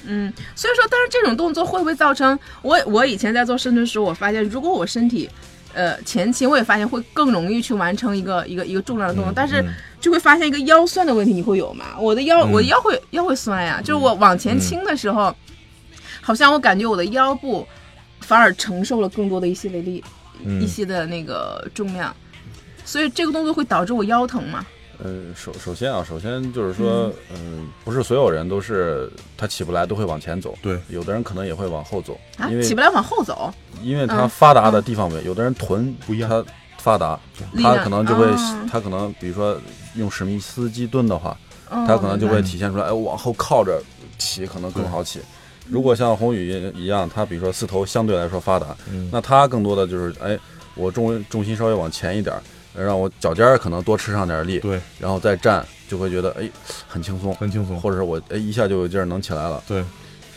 [SPEAKER 1] 嗯，所以说，但是这种动作会不会造成我？我以前在做深蹲时，我发现如果我身体，呃，前倾，我也发现会更容易去完成一个一个一个重量的
[SPEAKER 2] 嗯
[SPEAKER 1] 动作，但是就会发现一个腰酸的问题，你会有吗？我的
[SPEAKER 2] 嗯
[SPEAKER 1] 腰，我的腰会腰会酸呀，就是我往前倾的时候，好像我感觉我的腰部反而承受了更多的一些为力，
[SPEAKER 3] 嗯
[SPEAKER 1] 一些的那个重量，所以这个动作会导致我腰疼嘛？
[SPEAKER 2] 呃，首首先啊，首先就是说，嗯、不是所有人都是他起不来都会往前走，
[SPEAKER 3] 对
[SPEAKER 2] 有的人可能也会往后走，
[SPEAKER 1] 啊
[SPEAKER 2] 因，为
[SPEAKER 1] 起不来往后走，
[SPEAKER 2] 因为他
[SPEAKER 1] 嗯
[SPEAKER 2] 发达的地方不一样，有的人臀
[SPEAKER 3] 不一样
[SPEAKER 2] 他发达，
[SPEAKER 1] 力
[SPEAKER 2] 他
[SPEAKER 1] 量
[SPEAKER 2] 可能就会
[SPEAKER 1] 哦，
[SPEAKER 2] 他可能比如说用史密斯基蹲的话，
[SPEAKER 1] 他
[SPEAKER 2] 他可能就会体现出来，哎，我往后靠着起可能更好起。
[SPEAKER 1] 嗯
[SPEAKER 2] 如果像宏宇一样，他比如说四头相对来说发达，
[SPEAKER 3] 嗯
[SPEAKER 2] 那他更多的就是，哎，我重重心稍微往前一点儿，让我脚尖儿可能多吃上点儿力，
[SPEAKER 3] 对，
[SPEAKER 2] 然后再站就会觉得，哎，很轻松，
[SPEAKER 3] 很轻松。
[SPEAKER 2] 或者是我哎一下就有劲儿能起来了。
[SPEAKER 3] 对，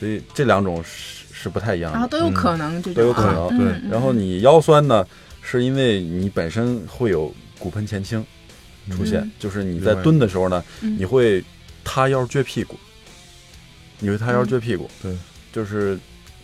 [SPEAKER 2] 所以这两种是是不太一样的
[SPEAKER 1] 然后。啊都有可能，这种
[SPEAKER 2] 嗯都有可能
[SPEAKER 1] 啊嗯
[SPEAKER 3] 对
[SPEAKER 1] 嗯
[SPEAKER 2] 然后你腰酸呢，是因为你本身会有骨盆前倾出现，
[SPEAKER 1] 嗯
[SPEAKER 2] 就是你在蹲的时候呢，
[SPEAKER 1] 嗯
[SPEAKER 2] 你会塌腰撅屁股，你会塌腰撅屁股，
[SPEAKER 3] 嗯
[SPEAKER 2] 就是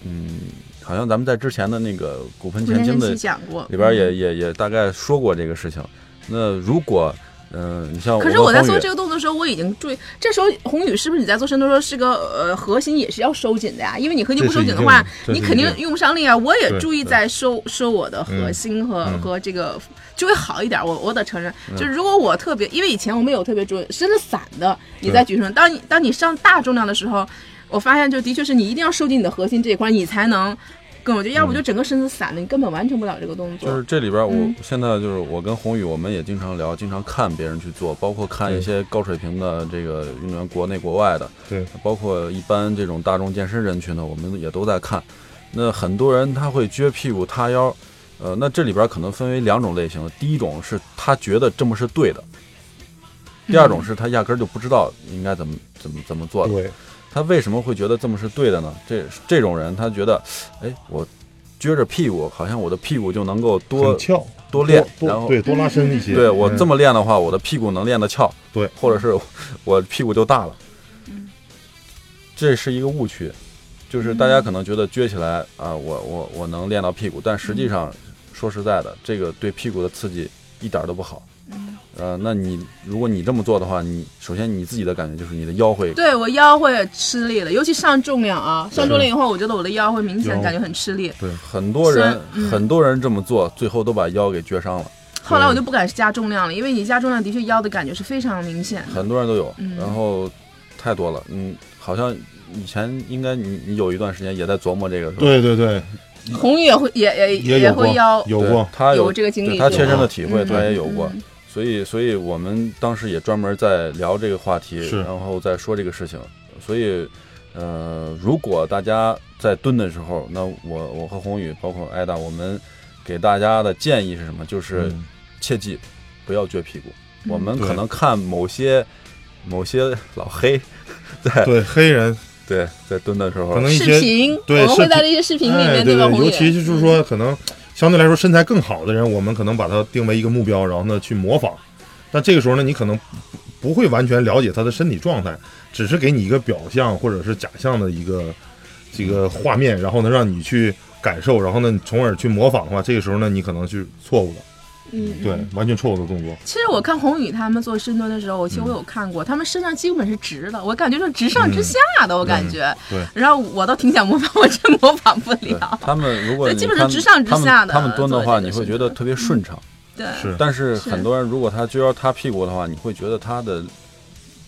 [SPEAKER 2] 嗯，好像咱们在之前的那个骨盆
[SPEAKER 1] 我
[SPEAKER 2] 前
[SPEAKER 1] 之前嗯
[SPEAKER 2] 倾的
[SPEAKER 1] 跟你讲过
[SPEAKER 2] 里边也、。也也大概说过这个事情。那如果嗯、你像
[SPEAKER 1] 可是我在做这
[SPEAKER 2] 个，
[SPEAKER 1] 个动作的时候，我已经注意。这时候，宏宇是不是你在做深蹲的时候，是个呃核心也是要收紧的呀？因为你核心不收紧的话，
[SPEAKER 3] 这
[SPEAKER 1] 你
[SPEAKER 3] 是一定的这是一定
[SPEAKER 1] 肯定用不上力啊。我也
[SPEAKER 3] 对
[SPEAKER 1] 注意在收收我的核心和、
[SPEAKER 3] 嗯
[SPEAKER 1] 和这个就会好一点。我我得承认，就是如果我特别，因为以前我们有特别注意，身子散的，你在举重，当你当你上大重量的时候，我发现就的确是你一定要收紧你的核心这一块，你才能跟我觉得，
[SPEAKER 3] 嗯
[SPEAKER 1] 要不就整个身子散的，你根本完成不了这个动作。
[SPEAKER 2] 就是这里边我，
[SPEAKER 1] 嗯
[SPEAKER 2] 现在就是我跟宏宇，我们也经常聊，经常看别人去做，包括看一
[SPEAKER 3] 对
[SPEAKER 2] 些高水平的这个运动员，国内国外的，
[SPEAKER 3] 对，
[SPEAKER 2] 包括一般这种大众健身人群呢，我们也都在看。那很多人他会撅屁股、塌腰，呃，那这里边可能分为两种类型。第一种是他觉得这么是对的，第
[SPEAKER 1] 嗯
[SPEAKER 2] 二种是他压根儿就不知道应该怎么怎么怎么做的。
[SPEAKER 3] 对，
[SPEAKER 2] 他为什么会觉得这么是对的呢？这这种人他觉得，哎，我撅着屁股，好像我的屁股就能够多
[SPEAKER 3] 很翘，
[SPEAKER 2] 多练，
[SPEAKER 3] 多
[SPEAKER 2] 然后
[SPEAKER 3] 对多拉伸一些。
[SPEAKER 2] 对我
[SPEAKER 3] 嗯
[SPEAKER 2] 这么练的话，我的屁股能练得翘，
[SPEAKER 3] 对，
[SPEAKER 2] 或者是我我屁股就大了，这是一个误区，就是大家可能觉得撅起来啊，我我我能练到屁股，但实际上说实在的，这个对屁股的刺激一点儿都不好。呃，那你如果你这么做的话，你首先你自己的感觉就是你的腰会
[SPEAKER 1] 对我腰会吃力了，尤其上重量啊，上重量以后，我觉得我的腰会明显
[SPEAKER 3] 腰
[SPEAKER 1] 感觉很吃力。
[SPEAKER 2] 很多人
[SPEAKER 1] 酸、嗯
[SPEAKER 2] 很多人这么做，最后都把腰给撅伤了，
[SPEAKER 1] 后来我就不敢加重量了，因为你加重量的确腰的感觉是非常明显的。
[SPEAKER 2] 很多人都有，
[SPEAKER 1] 嗯
[SPEAKER 2] 然后太多了，嗯，好像以前应该你你有一段时间也在琢磨这个，是吧？
[SPEAKER 3] 对对对，
[SPEAKER 1] 红宇也会也也
[SPEAKER 3] 也有过
[SPEAKER 1] 会腰，
[SPEAKER 3] 有
[SPEAKER 2] 对
[SPEAKER 3] 过，
[SPEAKER 2] 他
[SPEAKER 1] 这个经
[SPEAKER 2] 对
[SPEAKER 1] 历，
[SPEAKER 2] 他
[SPEAKER 1] 有
[SPEAKER 2] 切身
[SPEAKER 1] 过
[SPEAKER 2] 的体会，
[SPEAKER 1] 嗯
[SPEAKER 2] 他也有过
[SPEAKER 1] 嗯，
[SPEAKER 2] 所以所以我们当时也专门在聊这个话题，
[SPEAKER 3] 是
[SPEAKER 2] 然后再说这个事情，所以呃，如果大家在蹲的时候，那我我和宏宇包括艾达，我们给大家的建议是什么？就是
[SPEAKER 3] 嗯
[SPEAKER 2] 切记不要撅屁股，
[SPEAKER 1] 嗯
[SPEAKER 2] 我们可
[SPEAKER 3] 对
[SPEAKER 2] 能看某些某些老黑在
[SPEAKER 3] 对黑人
[SPEAKER 2] 对在蹲的时候
[SPEAKER 3] 可能一
[SPEAKER 1] 视
[SPEAKER 3] 些
[SPEAKER 1] 频，
[SPEAKER 3] 对
[SPEAKER 1] 我们
[SPEAKER 3] 视
[SPEAKER 1] 会
[SPEAKER 3] 频
[SPEAKER 1] 在这些视频里
[SPEAKER 3] 哎
[SPEAKER 1] 面，
[SPEAKER 3] 对
[SPEAKER 1] 吧？红宇，嗯
[SPEAKER 3] 尤其就是说可能相对来说身材更好的人，我们可能把他定为一个目标，然后呢去模仿。但这个时候呢，你可能不会完全了解他的身体状态，只是给你一个表象或者是假象的一个这个画面，然后呢让你去感受，然后呢从而去模仿的话，这个时候呢你可能是错误的，
[SPEAKER 1] 嗯，嗯
[SPEAKER 3] 对，完全错误的动作。
[SPEAKER 1] 其实我看宏宇他们做深蹲的时候，我其
[SPEAKER 3] 嗯
[SPEAKER 1] 实我有看过，他们身上基本是直的，我感觉是直上直下的，我感觉。
[SPEAKER 3] 嗯对
[SPEAKER 1] 然后我倒挺想模仿，我真模仿不了。
[SPEAKER 2] 他们如果
[SPEAKER 1] 对
[SPEAKER 2] 你
[SPEAKER 1] 基本上
[SPEAKER 2] 看
[SPEAKER 1] 直上直
[SPEAKER 2] 他们
[SPEAKER 1] 下的
[SPEAKER 2] 他们蹲的
[SPEAKER 1] 做
[SPEAKER 2] 话，
[SPEAKER 1] 这个
[SPEAKER 2] 你会
[SPEAKER 1] 事
[SPEAKER 2] 觉得特别顺畅。
[SPEAKER 1] 对，
[SPEAKER 3] 是
[SPEAKER 2] 但是
[SPEAKER 1] 是
[SPEAKER 2] 很多人如果他撅腰塌屁股的话，你会觉得他的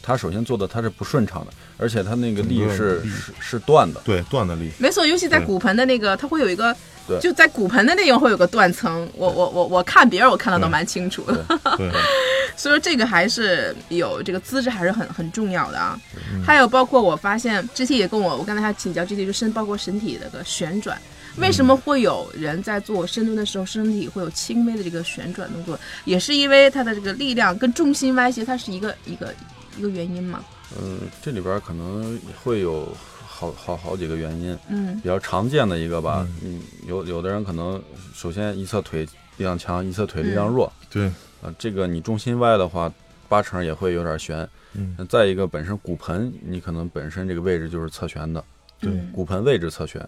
[SPEAKER 2] 他首先做的他是不顺畅的，而且他那个力
[SPEAKER 3] 整个
[SPEAKER 2] 是
[SPEAKER 3] 力
[SPEAKER 2] 是是断的。
[SPEAKER 3] 对，断的力，
[SPEAKER 1] 没错，尤其在骨盆的那个，它会有一个
[SPEAKER 2] 对，
[SPEAKER 1] 就在骨盆的那个会有个断层。我我我我看别人，我看到都
[SPEAKER 3] 嗯对
[SPEAKER 1] 蛮清楚的。
[SPEAKER 3] 对，
[SPEAKER 1] 所以说这个还是有这个资质还是很很重要的啊。
[SPEAKER 3] 嗯
[SPEAKER 1] 还有包括我发现 GT 也跟我，我刚才还请教 GT，就身包括身体的个旋转。
[SPEAKER 3] 嗯
[SPEAKER 1] 为什么会有人在做深蹲的时候，身体会有轻微的这个旋转动作？也是因为它的这个力量跟重心歪斜，它是一个一个一个原因嘛？
[SPEAKER 2] 嗯，这里边儿可能会有好好好几个原因，
[SPEAKER 1] 嗯，
[SPEAKER 2] 比较常见的一个吧。嗯，有有的人可能首先一侧腿力量强，一侧腿力量
[SPEAKER 1] 嗯
[SPEAKER 2] 弱。
[SPEAKER 3] 对，
[SPEAKER 2] 啊、这个你重心歪的话，八成也会有点悬。
[SPEAKER 3] 嗯
[SPEAKER 2] 那再一个，本身骨盆你可能本身这个位置就是侧旋的，
[SPEAKER 3] 对
[SPEAKER 1] 嗯
[SPEAKER 2] 骨盆位置侧旋。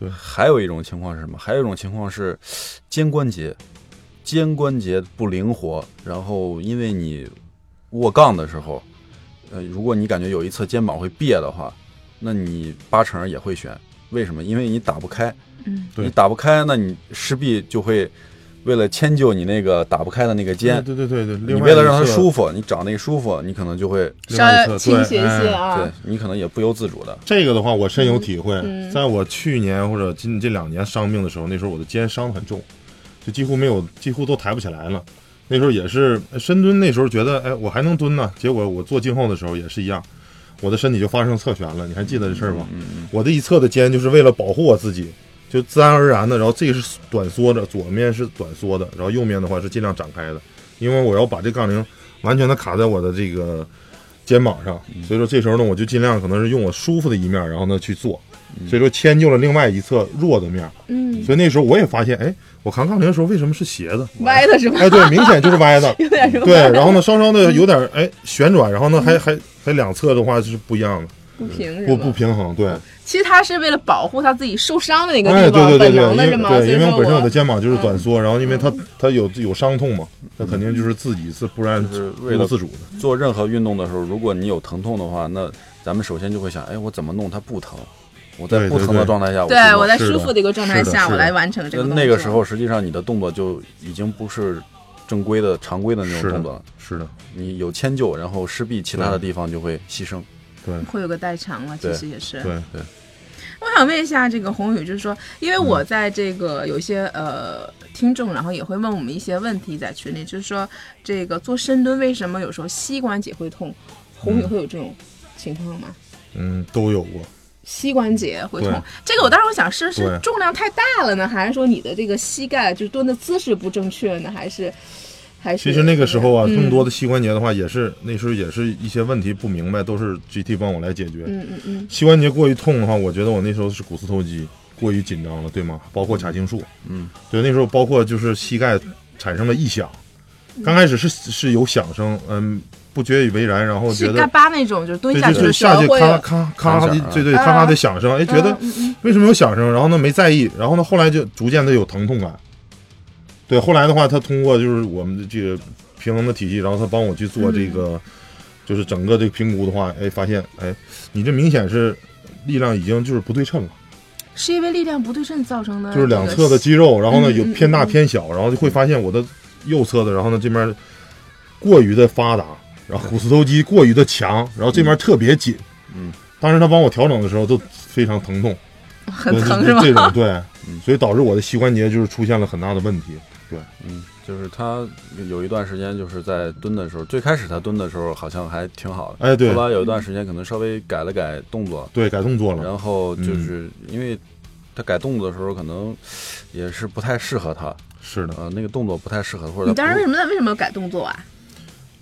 [SPEAKER 3] 对
[SPEAKER 2] 还有一种情况是什么？还有一种情况是肩关节，肩关节不灵活，然后因为你握杠的时候，呃，如果你感觉有一侧肩膀会别的话，那你八成也会旋。为什么？因为你打不开，
[SPEAKER 1] 嗯
[SPEAKER 3] 对
[SPEAKER 2] 你打不开，那你势必就会为了迁就你那个打不开的那个肩，
[SPEAKER 3] 对对对对，
[SPEAKER 2] 你为了让它舒
[SPEAKER 3] 服，
[SPEAKER 2] 服，你找那个舒服，你可能就会，
[SPEAKER 3] 另外一
[SPEAKER 1] 稍微
[SPEAKER 3] 侧
[SPEAKER 1] 倾斜一些
[SPEAKER 3] 对哎
[SPEAKER 1] 啊。
[SPEAKER 2] 对你可能也不由自主的，
[SPEAKER 3] 这个的话，我深有体会。
[SPEAKER 1] 嗯嗯
[SPEAKER 3] 在我去年或者近这两年伤病的时候，那时候我的肩伤得很重，就几乎没有，几乎都抬不起来了。那时候也是呃深蹲，那时候觉得哎，我还能蹲呢。结果我做静后的时候也是一样，我的身体就发生侧旋了。你还记得这事儿吗？
[SPEAKER 2] 嗯
[SPEAKER 3] 我的一侧的肩就是为了保护我自己，就自然而然的，然后这个是短缩的，左面是短缩的，然后右面的话是尽量展开的，因为我要把这杠铃完全的卡在我的这个肩膀上，所以说这时候呢，我就尽量可能是用我舒服的一面，然后呢去做，所以说迁就了另外一侧弱的面，
[SPEAKER 1] 嗯，
[SPEAKER 3] 所以那时候我也发现，哎，我扛杠铃的时候为什么是斜的？
[SPEAKER 1] 歪的是吧？
[SPEAKER 3] 哎，对，明显就是歪的，
[SPEAKER 1] 有点是吧？
[SPEAKER 3] 对，然后呢，稍稍的有点儿哎旋转，然后呢还还还两侧的话是不一样的，
[SPEAKER 1] 不平嗯是
[SPEAKER 3] 嗯不
[SPEAKER 1] 吧
[SPEAKER 3] 不平衡，对。
[SPEAKER 1] 其实他是为了保护他自己受伤的那个
[SPEAKER 3] 哎，
[SPEAKER 1] 地
[SPEAKER 3] 对
[SPEAKER 1] 方，
[SPEAKER 3] 对对
[SPEAKER 1] 本
[SPEAKER 3] 对，
[SPEAKER 1] 能
[SPEAKER 3] 因
[SPEAKER 1] 的
[SPEAKER 3] 为
[SPEAKER 1] 是吗？所
[SPEAKER 3] 对，
[SPEAKER 1] 以
[SPEAKER 3] 因为
[SPEAKER 1] 说
[SPEAKER 3] 我本身我的
[SPEAKER 1] 我嗯
[SPEAKER 3] 肩膀就是短缩，然后因为它它有有伤痛嘛，它肯定就是自己是不然
[SPEAKER 2] 就是
[SPEAKER 3] 不
[SPEAKER 2] 为
[SPEAKER 3] 由
[SPEAKER 2] 了
[SPEAKER 3] 自主的。
[SPEAKER 2] 做任何运动的时候，如果你有疼痛的话，那咱们首先就会想，哎，我怎么弄它不疼？我在
[SPEAKER 3] 对
[SPEAKER 2] 不
[SPEAKER 3] 对
[SPEAKER 2] 疼的
[SPEAKER 3] 对
[SPEAKER 2] 状态下，
[SPEAKER 1] 对我在
[SPEAKER 3] 是
[SPEAKER 1] 舒
[SPEAKER 3] 的
[SPEAKER 1] 服的一个状态
[SPEAKER 3] 是的
[SPEAKER 1] 下，我
[SPEAKER 3] 是的
[SPEAKER 1] 来完成这
[SPEAKER 2] 那
[SPEAKER 1] 个
[SPEAKER 2] 那
[SPEAKER 1] 动
[SPEAKER 2] 个
[SPEAKER 1] 作
[SPEAKER 2] 时候，实际上你的动作就已经不是正规的、常规的那种
[SPEAKER 3] 是
[SPEAKER 2] 动作了
[SPEAKER 3] 的，，是的，
[SPEAKER 2] 你有迁就，然后势必其他的地方就会牺牲。
[SPEAKER 3] 对
[SPEAKER 1] 会有个代偿了，其
[SPEAKER 2] 对
[SPEAKER 1] 实也是。
[SPEAKER 3] 对
[SPEAKER 1] 我想问一下这个宏宇，就是说，因为我在这个有一些呃听众，然后也会问我们一些问题在群里，就是说这个做深蹲为什么有时候膝关节会痛？宏宇会有这种情况吗？
[SPEAKER 3] 嗯，都有过。
[SPEAKER 1] 膝关节会痛
[SPEAKER 3] 对，
[SPEAKER 1] 这个我当时我想是是
[SPEAKER 3] 对
[SPEAKER 1] 重量太大了呢，还是说你的这个膝盖就是蹲的姿势不正确呢，还是还是？
[SPEAKER 3] 其实那个时候啊，
[SPEAKER 1] 嗯
[SPEAKER 3] 更多的膝关节的话，也是那时候也是一些问题不明白，都是 GT 帮我来解决。
[SPEAKER 1] 嗯嗯嗯，
[SPEAKER 3] 膝关节过于痛的话，我觉得我那时候是股四头肌过于紧张了，对吗？包括髂胫束，
[SPEAKER 2] 嗯，
[SPEAKER 3] 对，那时候包括就是膝盖产生了异响。刚开始是是有响声，嗯，不觉以为然，然后
[SPEAKER 1] 是
[SPEAKER 3] 觉得
[SPEAKER 1] 嘎巴那种，就是蹲
[SPEAKER 3] 对
[SPEAKER 1] 下
[SPEAKER 3] 对
[SPEAKER 1] 去的
[SPEAKER 3] 对，
[SPEAKER 1] 时
[SPEAKER 3] 下
[SPEAKER 1] 候
[SPEAKER 3] 去
[SPEAKER 1] 会
[SPEAKER 3] 咔
[SPEAKER 1] 有，
[SPEAKER 3] 咔咔
[SPEAKER 2] 弹
[SPEAKER 3] 的
[SPEAKER 2] 响啊，
[SPEAKER 3] 对对
[SPEAKER 1] 啊
[SPEAKER 3] 咔咔的响声，哎，觉得
[SPEAKER 1] 嗯嗯
[SPEAKER 3] 为什么有响声？然后呢没在意，然后呢后来就逐渐的有疼痛感。对，后来的话，他通过就是我们的这个平衡的体系，然后他帮我去做这个，
[SPEAKER 1] 嗯
[SPEAKER 3] 就是整个这个评估的话，哎，发现哎，你这明显是力量已经就是不对称了，
[SPEAKER 1] 是因为力量不对称造成的，
[SPEAKER 3] 就是两侧的肌肉，然后呢
[SPEAKER 1] 嗯
[SPEAKER 3] 有
[SPEAKER 1] 嗯
[SPEAKER 3] 偏大
[SPEAKER 1] 嗯
[SPEAKER 3] 偏小，然后就会发现我的右侧的，然后呢这边过于的发达，然后股四头肌过于的强，然后这边特别紧。
[SPEAKER 2] 嗯，
[SPEAKER 3] 当时他帮我调整的时候都非常疼痛，
[SPEAKER 1] 很
[SPEAKER 3] 对
[SPEAKER 1] 疼
[SPEAKER 3] 就是
[SPEAKER 1] 吧？
[SPEAKER 3] 这种对
[SPEAKER 2] 嗯，
[SPEAKER 3] 所以导致我的膝关节就是出现了很大的问题。
[SPEAKER 2] 嗯，就是他有一段时间就是在蹲的时候，最开始他蹲的时候好像还挺好的，
[SPEAKER 3] 哎，对
[SPEAKER 2] 后来有一段时间可能稍微改了改动作，
[SPEAKER 3] 对，改动作了。
[SPEAKER 2] 然后就是因为他改动作的时候可能也是不太适合他，
[SPEAKER 3] 是的，
[SPEAKER 2] 呃，那个动作不太适合，或者
[SPEAKER 1] 你当时
[SPEAKER 2] 他
[SPEAKER 1] 为
[SPEAKER 2] 不
[SPEAKER 1] 什么为什么要改动作啊？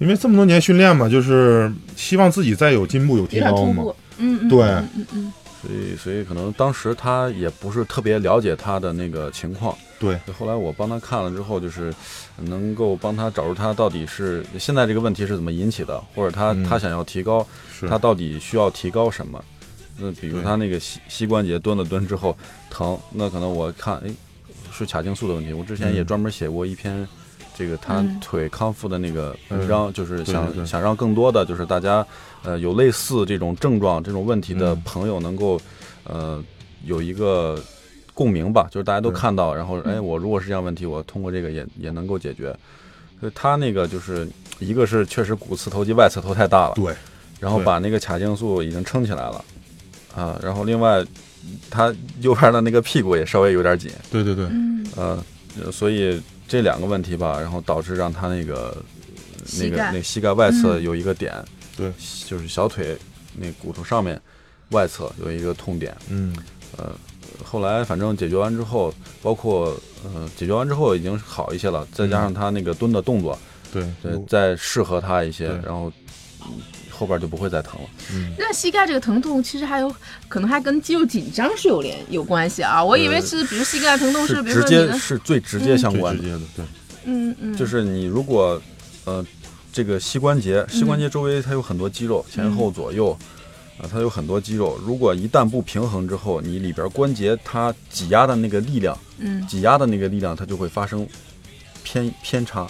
[SPEAKER 3] 因为这么多年训练嘛，就是希望自己再有进步、有
[SPEAKER 1] 有
[SPEAKER 3] 提
[SPEAKER 1] 点
[SPEAKER 3] 高
[SPEAKER 1] 突
[SPEAKER 3] 嘛。
[SPEAKER 1] 兀，嗯嗯，
[SPEAKER 3] 对
[SPEAKER 1] 嗯嗯嗯，
[SPEAKER 2] 所以所以可能当时他也不是特别了解他的那个情况，
[SPEAKER 3] 对，
[SPEAKER 2] 所以后来我帮他看了之后，就是能够帮他找出他到底是现在这个问题是怎么引起的，或者他、
[SPEAKER 3] 嗯
[SPEAKER 2] 他想要提高，
[SPEAKER 3] 是
[SPEAKER 2] 他到底需要提高什么？那比如
[SPEAKER 3] 对
[SPEAKER 2] 他那个膝膝关节蹲了蹲之后疼，那可能我看哎是髂胫束的问题。我之前也
[SPEAKER 3] 嗯
[SPEAKER 2] 专门写过一篇这个他
[SPEAKER 1] 嗯
[SPEAKER 2] 腿康复的那个
[SPEAKER 3] 嗯
[SPEAKER 2] 文章，就是
[SPEAKER 3] 对对
[SPEAKER 2] 想
[SPEAKER 3] 对
[SPEAKER 2] 想让更多的就是大家呃有类似这种症状这种问题的
[SPEAKER 3] 嗯
[SPEAKER 2] 朋友能够呃有一个。共鸣吧，就是大家都
[SPEAKER 3] 对
[SPEAKER 2] 看到，然后哎，
[SPEAKER 1] 嗯
[SPEAKER 2] 我如果是这样问题，我通过这个也也能够解决。所以他那个就是一个是确实股四头肌外侧头太大了，
[SPEAKER 3] 对，
[SPEAKER 2] 然后
[SPEAKER 3] 对
[SPEAKER 2] 把那个髂胫束已经撑起来了，啊，然后另外他右边的那个屁股也稍微有点紧，
[SPEAKER 3] 对对对，
[SPEAKER 1] 嗯，
[SPEAKER 2] 呃，呃所以这两个问题吧，然后导致让他那个那
[SPEAKER 1] 嗯膝
[SPEAKER 2] 个
[SPEAKER 1] 盖嗯
[SPEAKER 2] 那个膝盖外侧有一个点，
[SPEAKER 3] 对，
[SPEAKER 2] 就是小腿那骨头上面外侧有一个痛点。
[SPEAKER 3] 嗯，
[SPEAKER 2] 后来反正解决完之后，包括呃解决完之后已经好一些了，再加上他那个蹲的动作，
[SPEAKER 3] 嗯对
[SPEAKER 2] 对，再适合他一些
[SPEAKER 3] 对，
[SPEAKER 2] 然后嗯后边就不会再疼了。
[SPEAKER 3] 嗯，
[SPEAKER 1] 那膝盖这个疼痛其实还有可能还跟肌肉紧张是有联有关系啊，我以
[SPEAKER 3] 呃
[SPEAKER 1] 为是比如膝盖疼痛是比如
[SPEAKER 2] 直
[SPEAKER 1] 说你
[SPEAKER 2] 接
[SPEAKER 1] 的，
[SPEAKER 2] 是最直接相
[SPEAKER 3] 最
[SPEAKER 2] 关
[SPEAKER 3] 直
[SPEAKER 2] 的，
[SPEAKER 3] 接的，对，
[SPEAKER 1] 嗯嗯，
[SPEAKER 2] 就是你如果呃这个膝关节，膝关
[SPEAKER 1] 嗯
[SPEAKER 2] 节周围它有很多肌肉，前后左右啊、它有很多肌肉。如果一旦不平衡之后，你里边关节它挤压的那个力量，
[SPEAKER 1] 嗯
[SPEAKER 2] 挤压的那个力量它就会发生偏偏差。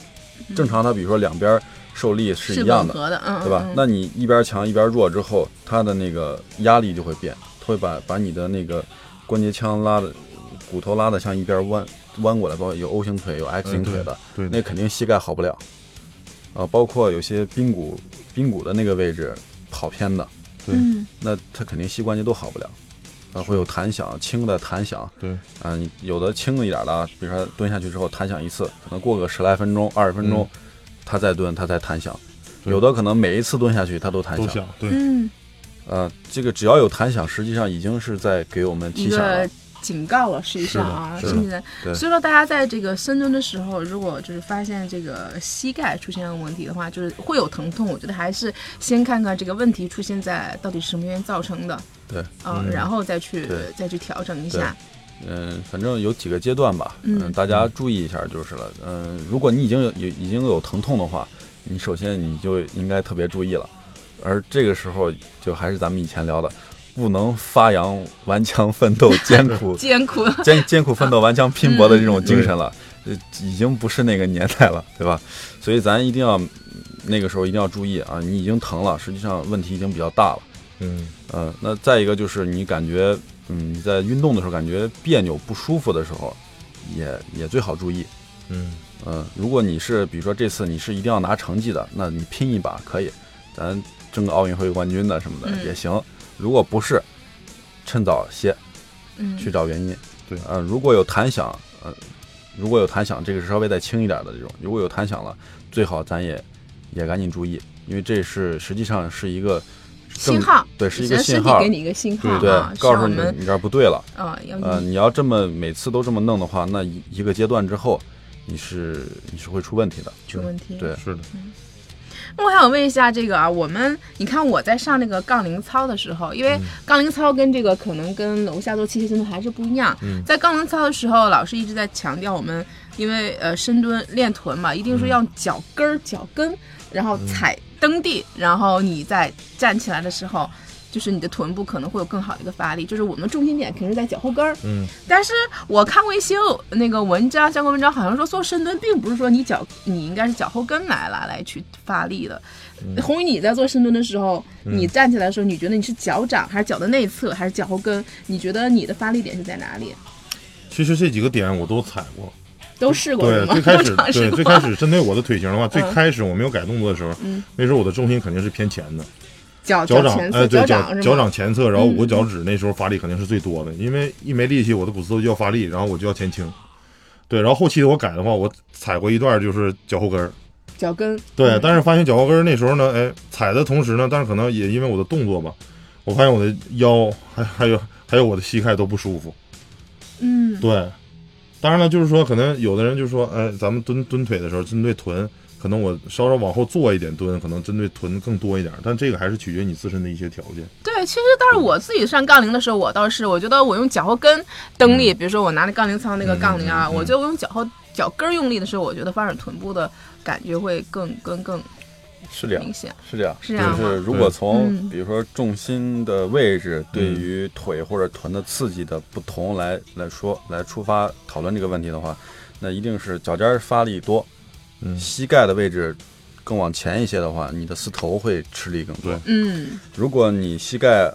[SPEAKER 2] 正常它比如说两边受力是
[SPEAKER 1] 嗯是
[SPEAKER 2] 一样
[SPEAKER 1] 吻
[SPEAKER 2] 的，
[SPEAKER 1] 合的，嗯，
[SPEAKER 2] 对吧
[SPEAKER 1] 嗯？
[SPEAKER 2] 那你一边强一边弱之后，它的那个压力就会变，它会把把你的那个关节腔拉的骨头拉的向一边弯弯过来，包括有 O 型腿、有 X 型腿的，
[SPEAKER 3] 对
[SPEAKER 2] 那
[SPEAKER 3] 对，
[SPEAKER 2] 肯定膝盖好不了。啊，包括有些髌骨髌骨的那个位置跑偏的，
[SPEAKER 1] 嗯
[SPEAKER 2] 那它肯定膝关节都好不了。啊，会有弹响，轻的弹响，
[SPEAKER 3] 对，
[SPEAKER 2] 啊，你有的轻一点的啊，比如说蹲下去之后弹响一次，可能过个十来分钟、二十分钟，它再蹲，它再弹响。
[SPEAKER 3] 嗯对
[SPEAKER 2] 有的可能每一次蹲下去它都弹
[SPEAKER 3] 都
[SPEAKER 2] 响，
[SPEAKER 3] 想对，
[SPEAKER 1] 嗯，
[SPEAKER 2] 呃，这个只要有弹响，实际上已经是在给我们
[SPEAKER 1] 一
[SPEAKER 2] 提
[SPEAKER 1] 个
[SPEAKER 2] 醒了。
[SPEAKER 1] 警告了，实际上啊，
[SPEAKER 2] 是
[SPEAKER 1] 是
[SPEAKER 2] 的
[SPEAKER 1] 不是？
[SPEAKER 2] 对
[SPEAKER 1] 所以说大家在这个深蹲的时候，如果就是发现这个膝盖出现问题的话，就是会有疼痛，我觉得还是先看看这个问题出现在到底是什么原因造成的，
[SPEAKER 2] 对，
[SPEAKER 1] 啊，
[SPEAKER 3] 嗯
[SPEAKER 1] 然后再去呃
[SPEAKER 2] 对
[SPEAKER 1] 再去调整一下。
[SPEAKER 2] 嗯、反正有几个阶段吧，
[SPEAKER 1] 嗯
[SPEAKER 2] 大家注意一下就是了。嗯、如果你已经有有已经有疼痛的话，你首先你就应该特别注意了。而这个时候，就还是咱们以前聊的，不能发扬顽强奋斗、艰 苦
[SPEAKER 1] 艰苦，
[SPEAKER 2] 艰艰苦奋斗、顽强拼搏的这种精神了，呃，已经不是那个年代了，对吧？所以咱一定要那个时候一定要注意啊！你已经疼了，实际上问题已经比较大了。
[SPEAKER 3] 嗯，
[SPEAKER 2] 嗯，那再一个就是你感觉，嗯，你在运动的时候感觉别扭不舒服的时候，也也最好注意。
[SPEAKER 3] 嗯，
[SPEAKER 2] 嗯，如果你是比如说这次你是一定要拿成绩的，那你拼一把可以，咱争个奥运会冠军的什么的
[SPEAKER 1] 嗯
[SPEAKER 2] 也行。如果不是，趁早歇，
[SPEAKER 1] 嗯，
[SPEAKER 2] 去找原因。
[SPEAKER 3] 对
[SPEAKER 2] 呃，如果有弹响，呃，如果有弹响，这个是稍微再轻一点的这种，如果有弹响了，最好咱也也赶紧注意，因为这是实际上是一个
[SPEAKER 1] 信
[SPEAKER 2] 正
[SPEAKER 1] 号，
[SPEAKER 2] 对， 是一个
[SPEAKER 1] 身
[SPEAKER 2] 信
[SPEAKER 1] 体
[SPEAKER 2] 号
[SPEAKER 1] 给，你一个信号
[SPEAKER 2] 对
[SPEAKER 1] 啊，，
[SPEAKER 2] 告
[SPEAKER 1] 是
[SPEAKER 2] 诉
[SPEAKER 1] 我
[SPEAKER 2] 你
[SPEAKER 1] 们
[SPEAKER 2] 你这儿不对了。
[SPEAKER 1] 啊，要
[SPEAKER 2] 呃，你要这么每次都这么弄的话，那一一个阶段之后，你是你是会出问题的。
[SPEAKER 1] 出问题。
[SPEAKER 2] 对
[SPEAKER 3] 是的，
[SPEAKER 1] 那我还想问一下这个啊，我们你看我在上那个杠铃操的时候，因为杠铃操跟这个可能跟楼下做器械深蹲还是不一样。在杠铃操的时候，老师一直在强调我们因为呃深蹲练臀嘛，一定是要用脚跟儿、脚跟，然后踩蹬地，然后你在站起来的时候。就是你的臀部可能会有更好的一个发力，就是我们的重心点肯定是在脚后跟儿，
[SPEAKER 3] 嗯，
[SPEAKER 1] 但是我看过一些呃那个文章，相关文章好像说做深蹲并不是说你脚你应该是脚后跟来来来去发力的。
[SPEAKER 3] 嗯
[SPEAKER 1] 红宇，你在做深蹲的时候，你站起来的时候，你觉得你是脚掌还是脚的内侧还是脚后跟？你觉得你的发力点是在哪里？
[SPEAKER 3] 其实这几个点我都踩过，
[SPEAKER 1] 都试过是
[SPEAKER 3] 对，
[SPEAKER 1] 吗？
[SPEAKER 3] 最
[SPEAKER 1] 都
[SPEAKER 3] 开始
[SPEAKER 1] 尝试
[SPEAKER 3] 对
[SPEAKER 1] 过。
[SPEAKER 3] 最开始针对我的腿型的话，最
[SPEAKER 1] 嗯
[SPEAKER 3] 开始我没有改动作的时候，那时候我的重心肯定是偏前的，
[SPEAKER 1] 哦脚
[SPEAKER 3] 脚掌
[SPEAKER 1] 前
[SPEAKER 3] 哎
[SPEAKER 1] 侧，
[SPEAKER 3] 对
[SPEAKER 1] 掌是吗？嗯
[SPEAKER 3] 脚掌前侧，然后五个脚趾那时候发力肯定是最多的，因为一没力气我的股四头就要发力，然后我就要前倾，对，然后后期我改的话，我踩过一段就是脚后跟儿，
[SPEAKER 1] 脚跟
[SPEAKER 3] 对，但是发现脚后跟儿那时候呢，哎，踩的同时呢，但是可能也因为我的动作吧，我发现我的腰还还有还有我的膝盖都不舒服，
[SPEAKER 1] 嗯
[SPEAKER 3] 对，当然了，就是说，可能有的人就说，哎，咱们蹲蹲腿的时候，针对臀，可能我稍稍往后坐一点蹲，可能针对臀更多一点，但这个还是取决于你自身的一些条件。
[SPEAKER 1] 对，其实但是我自己上杠铃的时候，我倒是我觉得我用脚后跟蹬
[SPEAKER 3] 嗯
[SPEAKER 1] 力，比如说我拿那杠铃操那个杠铃啊，我觉得我用脚后脚跟儿用力的时候，我觉得发展臀部的感觉会更更更
[SPEAKER 2] 是这样
[SPEAKER 3] 啊
[SPEAKER 1] 明，显。
[SPEAKER 2] 是这样，
[SPEAKER 1] 是这样
[SPEAKER 2] 就
[SPEAKER 1] 吗
[SPEAKER 2] 是如果
[SPEAKER 1] 嗯
[SPEAKER 2] 从比如说重心的位置对于腿或者臀的刺激的不同来来说来出发讨论这个问题的话，那一定是脚尖儿发力多，
[SPEAKER 3] 嗯
[SPEAKER 2] 膝盖的位置更往前一些的话，你的四头会吃力更多
[SPEAKER 3] 对。
[SPEAKER 1] 嗯
[SPEAKER 2] 如果你膝盖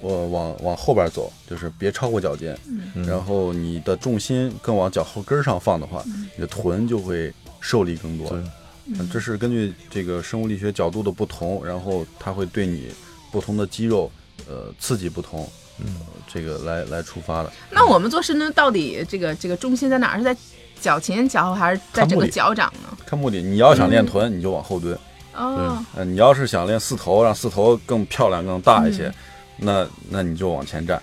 [SPEAKER 2] 我往往后边走，就是别超过脚尖，
[SPEAKER 3] 嗯
[SPEAKER 2] 然后你的重心更往脚后跟儿上放的话，你的臀就会受力更多。
[SPEAKER 3] 对
[SPEAKER 2] 嗯这是根据这个生物力学角度的不同，然后它会对你不同的肌肉呃刺激不同，
[SPEAKER 3] 嗯
[SPEAKER 2] 呃这个来来触发的。，
[SPEAKER 1] 那我们做深蹲到底这个这个重心在哪儿？是在脚前、脚后，还是在整个脚掌呢？
[SPEAKER 2] 看目的，你要想练臀，你就往后蹲；
[SPEAKER 3] 嗯
[SPEAKER 1] 哦，
[SPEAKER 2] 呃，你要是想练四头，让四头更漂亮、更大一些，那那你就往前站。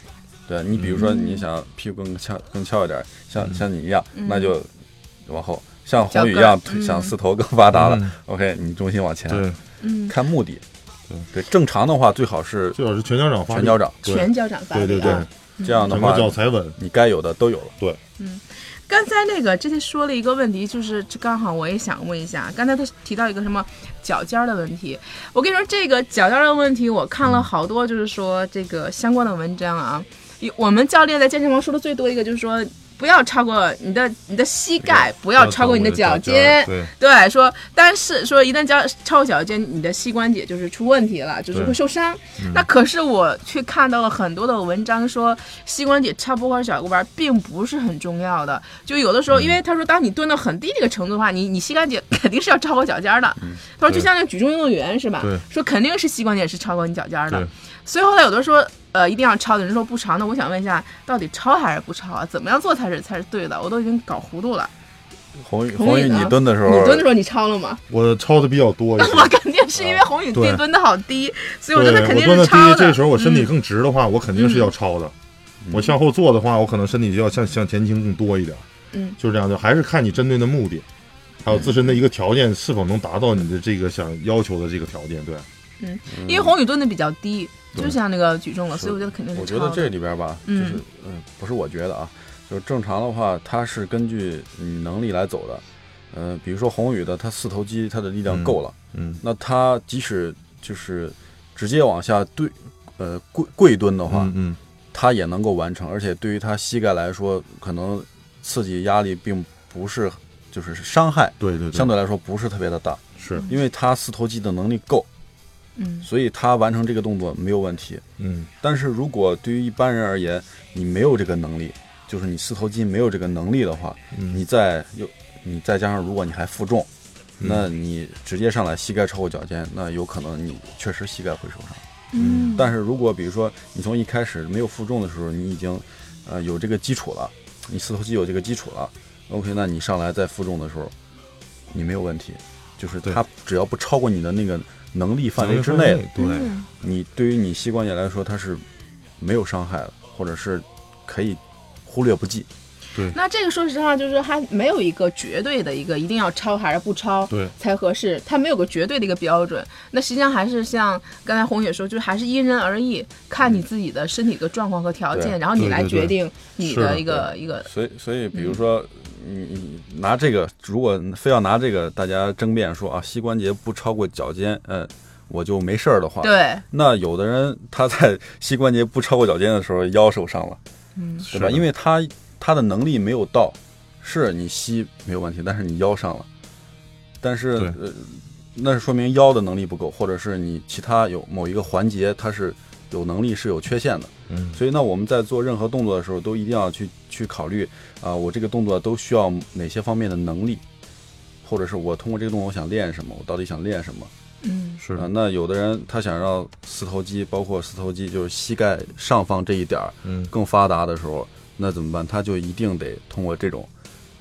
[SPEAKER 2] 对你，比如说你想屁股更翘、更翘一点，像像你一样，那就往后；像
[SPEAKER 1] 脚
[SPEAKER 2] 宏宇一
[SPEAKER 1] 跟
[SPEAKER 2] 样，
[SPEAKER 1] 嗯
[SPEAKER 2] 腿想四头更发达了
[SPEAKER 3] 嗯
[SPEAKER 2] ，OK，你重心往前，
[SPEAKER 3] 对，
[SPEAKER 1] 嗯，
[SPEAKER 2] 看目的。对，正常的话最好是
[SPEAKER 3] 最好是全脚掌发力，
[SPEAKER 2] 全脚掌，
[SPEAKER 3] 对
[SPEAKER 1] 全脚掌发力啊。
[SPEAKER 3] 对对对，
[SPEAKER 2] 这样的
[SPEAKER 3] 整
[SPEAKER 2] 话
[SPEAKER 3] 个脚踩稳。
[SPEAKER 2] 你该有的都有了。
[SPEAKER 3] 对，
[SPEAKER 1] 刚才那个这些说了一个问题，就是这刚好我也想问一下，刚才他提到一个什么脚尖儿的问题，我跟你说这个脚尖儿的问题，我看了好多，就是说这个相关的文章啊。有我们教练在健身房说的最多一个就是说，不要超过你的你的膝盖，不要超过你的脚尖。
[SPEAKER 3] 对，
[SPEAKER 1] 对，说，但是说一旦交超小肩，你的膝关节就是出问题了，就是
[SPEAKER 3] 对嗯
[SPEAKER 1] 会受伤。那可是我去看到了很多的文章说，膝关节插波或者小骨板并不是很重要的。就有的时候，
[SPEAKER 3] 嗯
[SPEAKER 1] 因为他说，当你蹲到很低这个程度的话，你你膝关节肯定是要超过脚尖儿的。他说，就
[SPEAKER 3] 对
[SPEAKER 1] 像那个举重运动员是吧
[SPEAKER 3] 嗯对？
[SPEAKER 1] 说肯定是膝关节是超过你脚尖儿的
[SPEAKER 3] 对。
[SPEAKER 1] 所以后来有的说，呃，一定要超，有人说不超。那我想问一下，到底超还是不超啊？怎么样做才是才是对的？我都已经搞糊涂了。
[SPEAKER 2] 红宇，
[SPEAKER 1] 同
[SPEAKER 2] 红
[SPEAKER 1] 意
[SPEAKER 2] 宇，
[SPEAKER 1] 的
[SPEAKER 2] 你蹲的时
[SPEAKER 1] 你
[SPEAKER 2] 候，
[SPEAKER 1] 蹲的时候你超了吗？
[SPEAKER 3] 我抄的比较 多一些。
[SPEAKER 1] 我肯定是因为红宇自己
[SPEAKER 3] 对
[SPEAKER 1] 蹲的好低，所以我觉
[SPEAKER 3] 对，
[SPEAKER 1] 得他肯定
[SPEAKER 3] 蹲的
[SPEAKER 1] 是
[SPEAKER 3] 低
[SPEAKER 1] 超，
[SPEAKER 3] 这时候我身体
[SPEAKER 1] 嗯
[SPEAKER 3] 更直的话，我肯定是要超的。
[SPEAKER 2] 嗯
[SPEAKER 3] 我向后坐的话，我可能身体就要向向前倾更多一点。
[SPEAKER 1] 嗯，
[SPEAKER 3] 就是这样，就还是看你针对的目的，还有
[SPEAKER 2] 嗯
[SPEAKER 3] 自身的一个条件是否能达到你的这个想要求的这个条件。对，
[SPEAKER 1] 因为红宇蹲的比较低，
[SPEAKER 3] 对
[SPEAKER 1] 就像那个举重了，所以我觉得肯定是
[SPEAKER 2] 我
[SPEAKER 1] 超
[SPEAKER 2] 觉
[SPEAKER 1] 的。
[SPEAKER 2] 得这里边吧，就
[SPEAKER 1] 嗯
[SPEAKER 2] 是嗯，不是我觉得啊，就是正常的话，它是根据你能力来走的。嗯，比如说红宇的，他四头肌他的力量够了，
[SPEAKER 3] 嗯
[SPEAKER 2] 那他即使就是直接往下对，呃跪跪蹲的话，
[SPEAKER 3] 嗯
[SPEAKER 2] 他也能够完成，而且对于他膝盖来说，可能刺激压力并不是就是伤害，
[SPEAKER 3] 对对对，
[SPEAKER 2] 相对来说不是特别的大，
[SPEAKER 3] 是，
[SPEAKER 2] 因为他四头肌的能力够，
[SPEAKER 1] 嗯
[SPEAKER 2] 所以他完成这个动作没有问题。
[SPEAKER 3] 嗯
[SPEAKER 2] 但是如果对于一般人而言，你没有这个能力，就是你四头肌没有这个能力的话，
[SPEAKER 3] 嗯
[SPEAKER 2] 你再又你再加上如果你还负重，那你直接上来膝盖超过脚尖，那有可能你确实膝盖会受伤。
[SPEAKER 1] 嗯
[SPEAKER 2] 但是如果比如说你从一开始没有负重的时候，你已经呃有这个基础了，你四头肌有这个基础了，OK，那你上来再负重的时候，你没有问题，就是
[SPEAKER 3] 对
[SPEAKER 2] 它只要不超过你的那个能力范围之内，
[SPEAKER 1] 嗯
[SPEAKER 3] 对，
[SPEAKER 2] 你对于你膝关节来说它是没有伤害的，或者是可以忽略不计。
[SPEAKER 3] 对
[SPEAKER 1] 那这个说实话，就是它没有一个绝对的一个一定要超还是不超
[SPEAKER 3] 对
[SPEAKER 1] 才合适，它没有个绝对的一个标准。那实际上还是像刚才红也说，就是还是因人而异，看你自己的身体的状况和条件，
[SPEAKER 2] 对
[SPEAKER 1] 然后你
[SPEAKER 3] 对
[SPEAKER 1] 来
[SPEAKER 3] 对
[SPEAKER 1] 决
[SPEAKER 3] 对
[SPEAKER 1] 定你
[SPEAKER 3] 是的
[SPEAKER 1] 的一个一个
[SPEAKER 2] 所以，所以比如说，你你拿这个，如果非要拿这个，大家争辩说啊，膝关节不超过脚尖，呃，我就没事儿的话，
[SPEAKER 1] 对
[SPEAKER 2] 那有的人他在 膝关节不超过脚尖的时候腰受伤了，对吧？因
[SPEAKER 3] 为
[SPEAKER 2] 为他他的能力没有到，是你膝没有问题，但是你腰伤了，但是
[SPEAKER 3] 对
[SPEAKER 2] 呃，那说明腰的能力不够，或者是你其他有某一个环节它是有能力是有缺陷的。
[SPEAKER 3] 嗯
[SPEAKER 2] 所以呢，我们在做任何动作的时候，都一定要去去考虑啊、我这个动作都需要哪些方面的能力，或者是我通过这个动作我想练什么，我到底想练什么
[SPEAKER 1] 嗯
[SPEAKER 3] 是
[SPEAKER 2] 啊、
[SPEAKER 3] 的，
[SPEAKER 2] 那有的人他想让四头肌，包括四头肌就是膝盖上方这一点儿
[SPEAKER 3] 嗯
[SPEAKER 2] 更发达的时候，那怎么办？他就一定得通过这种，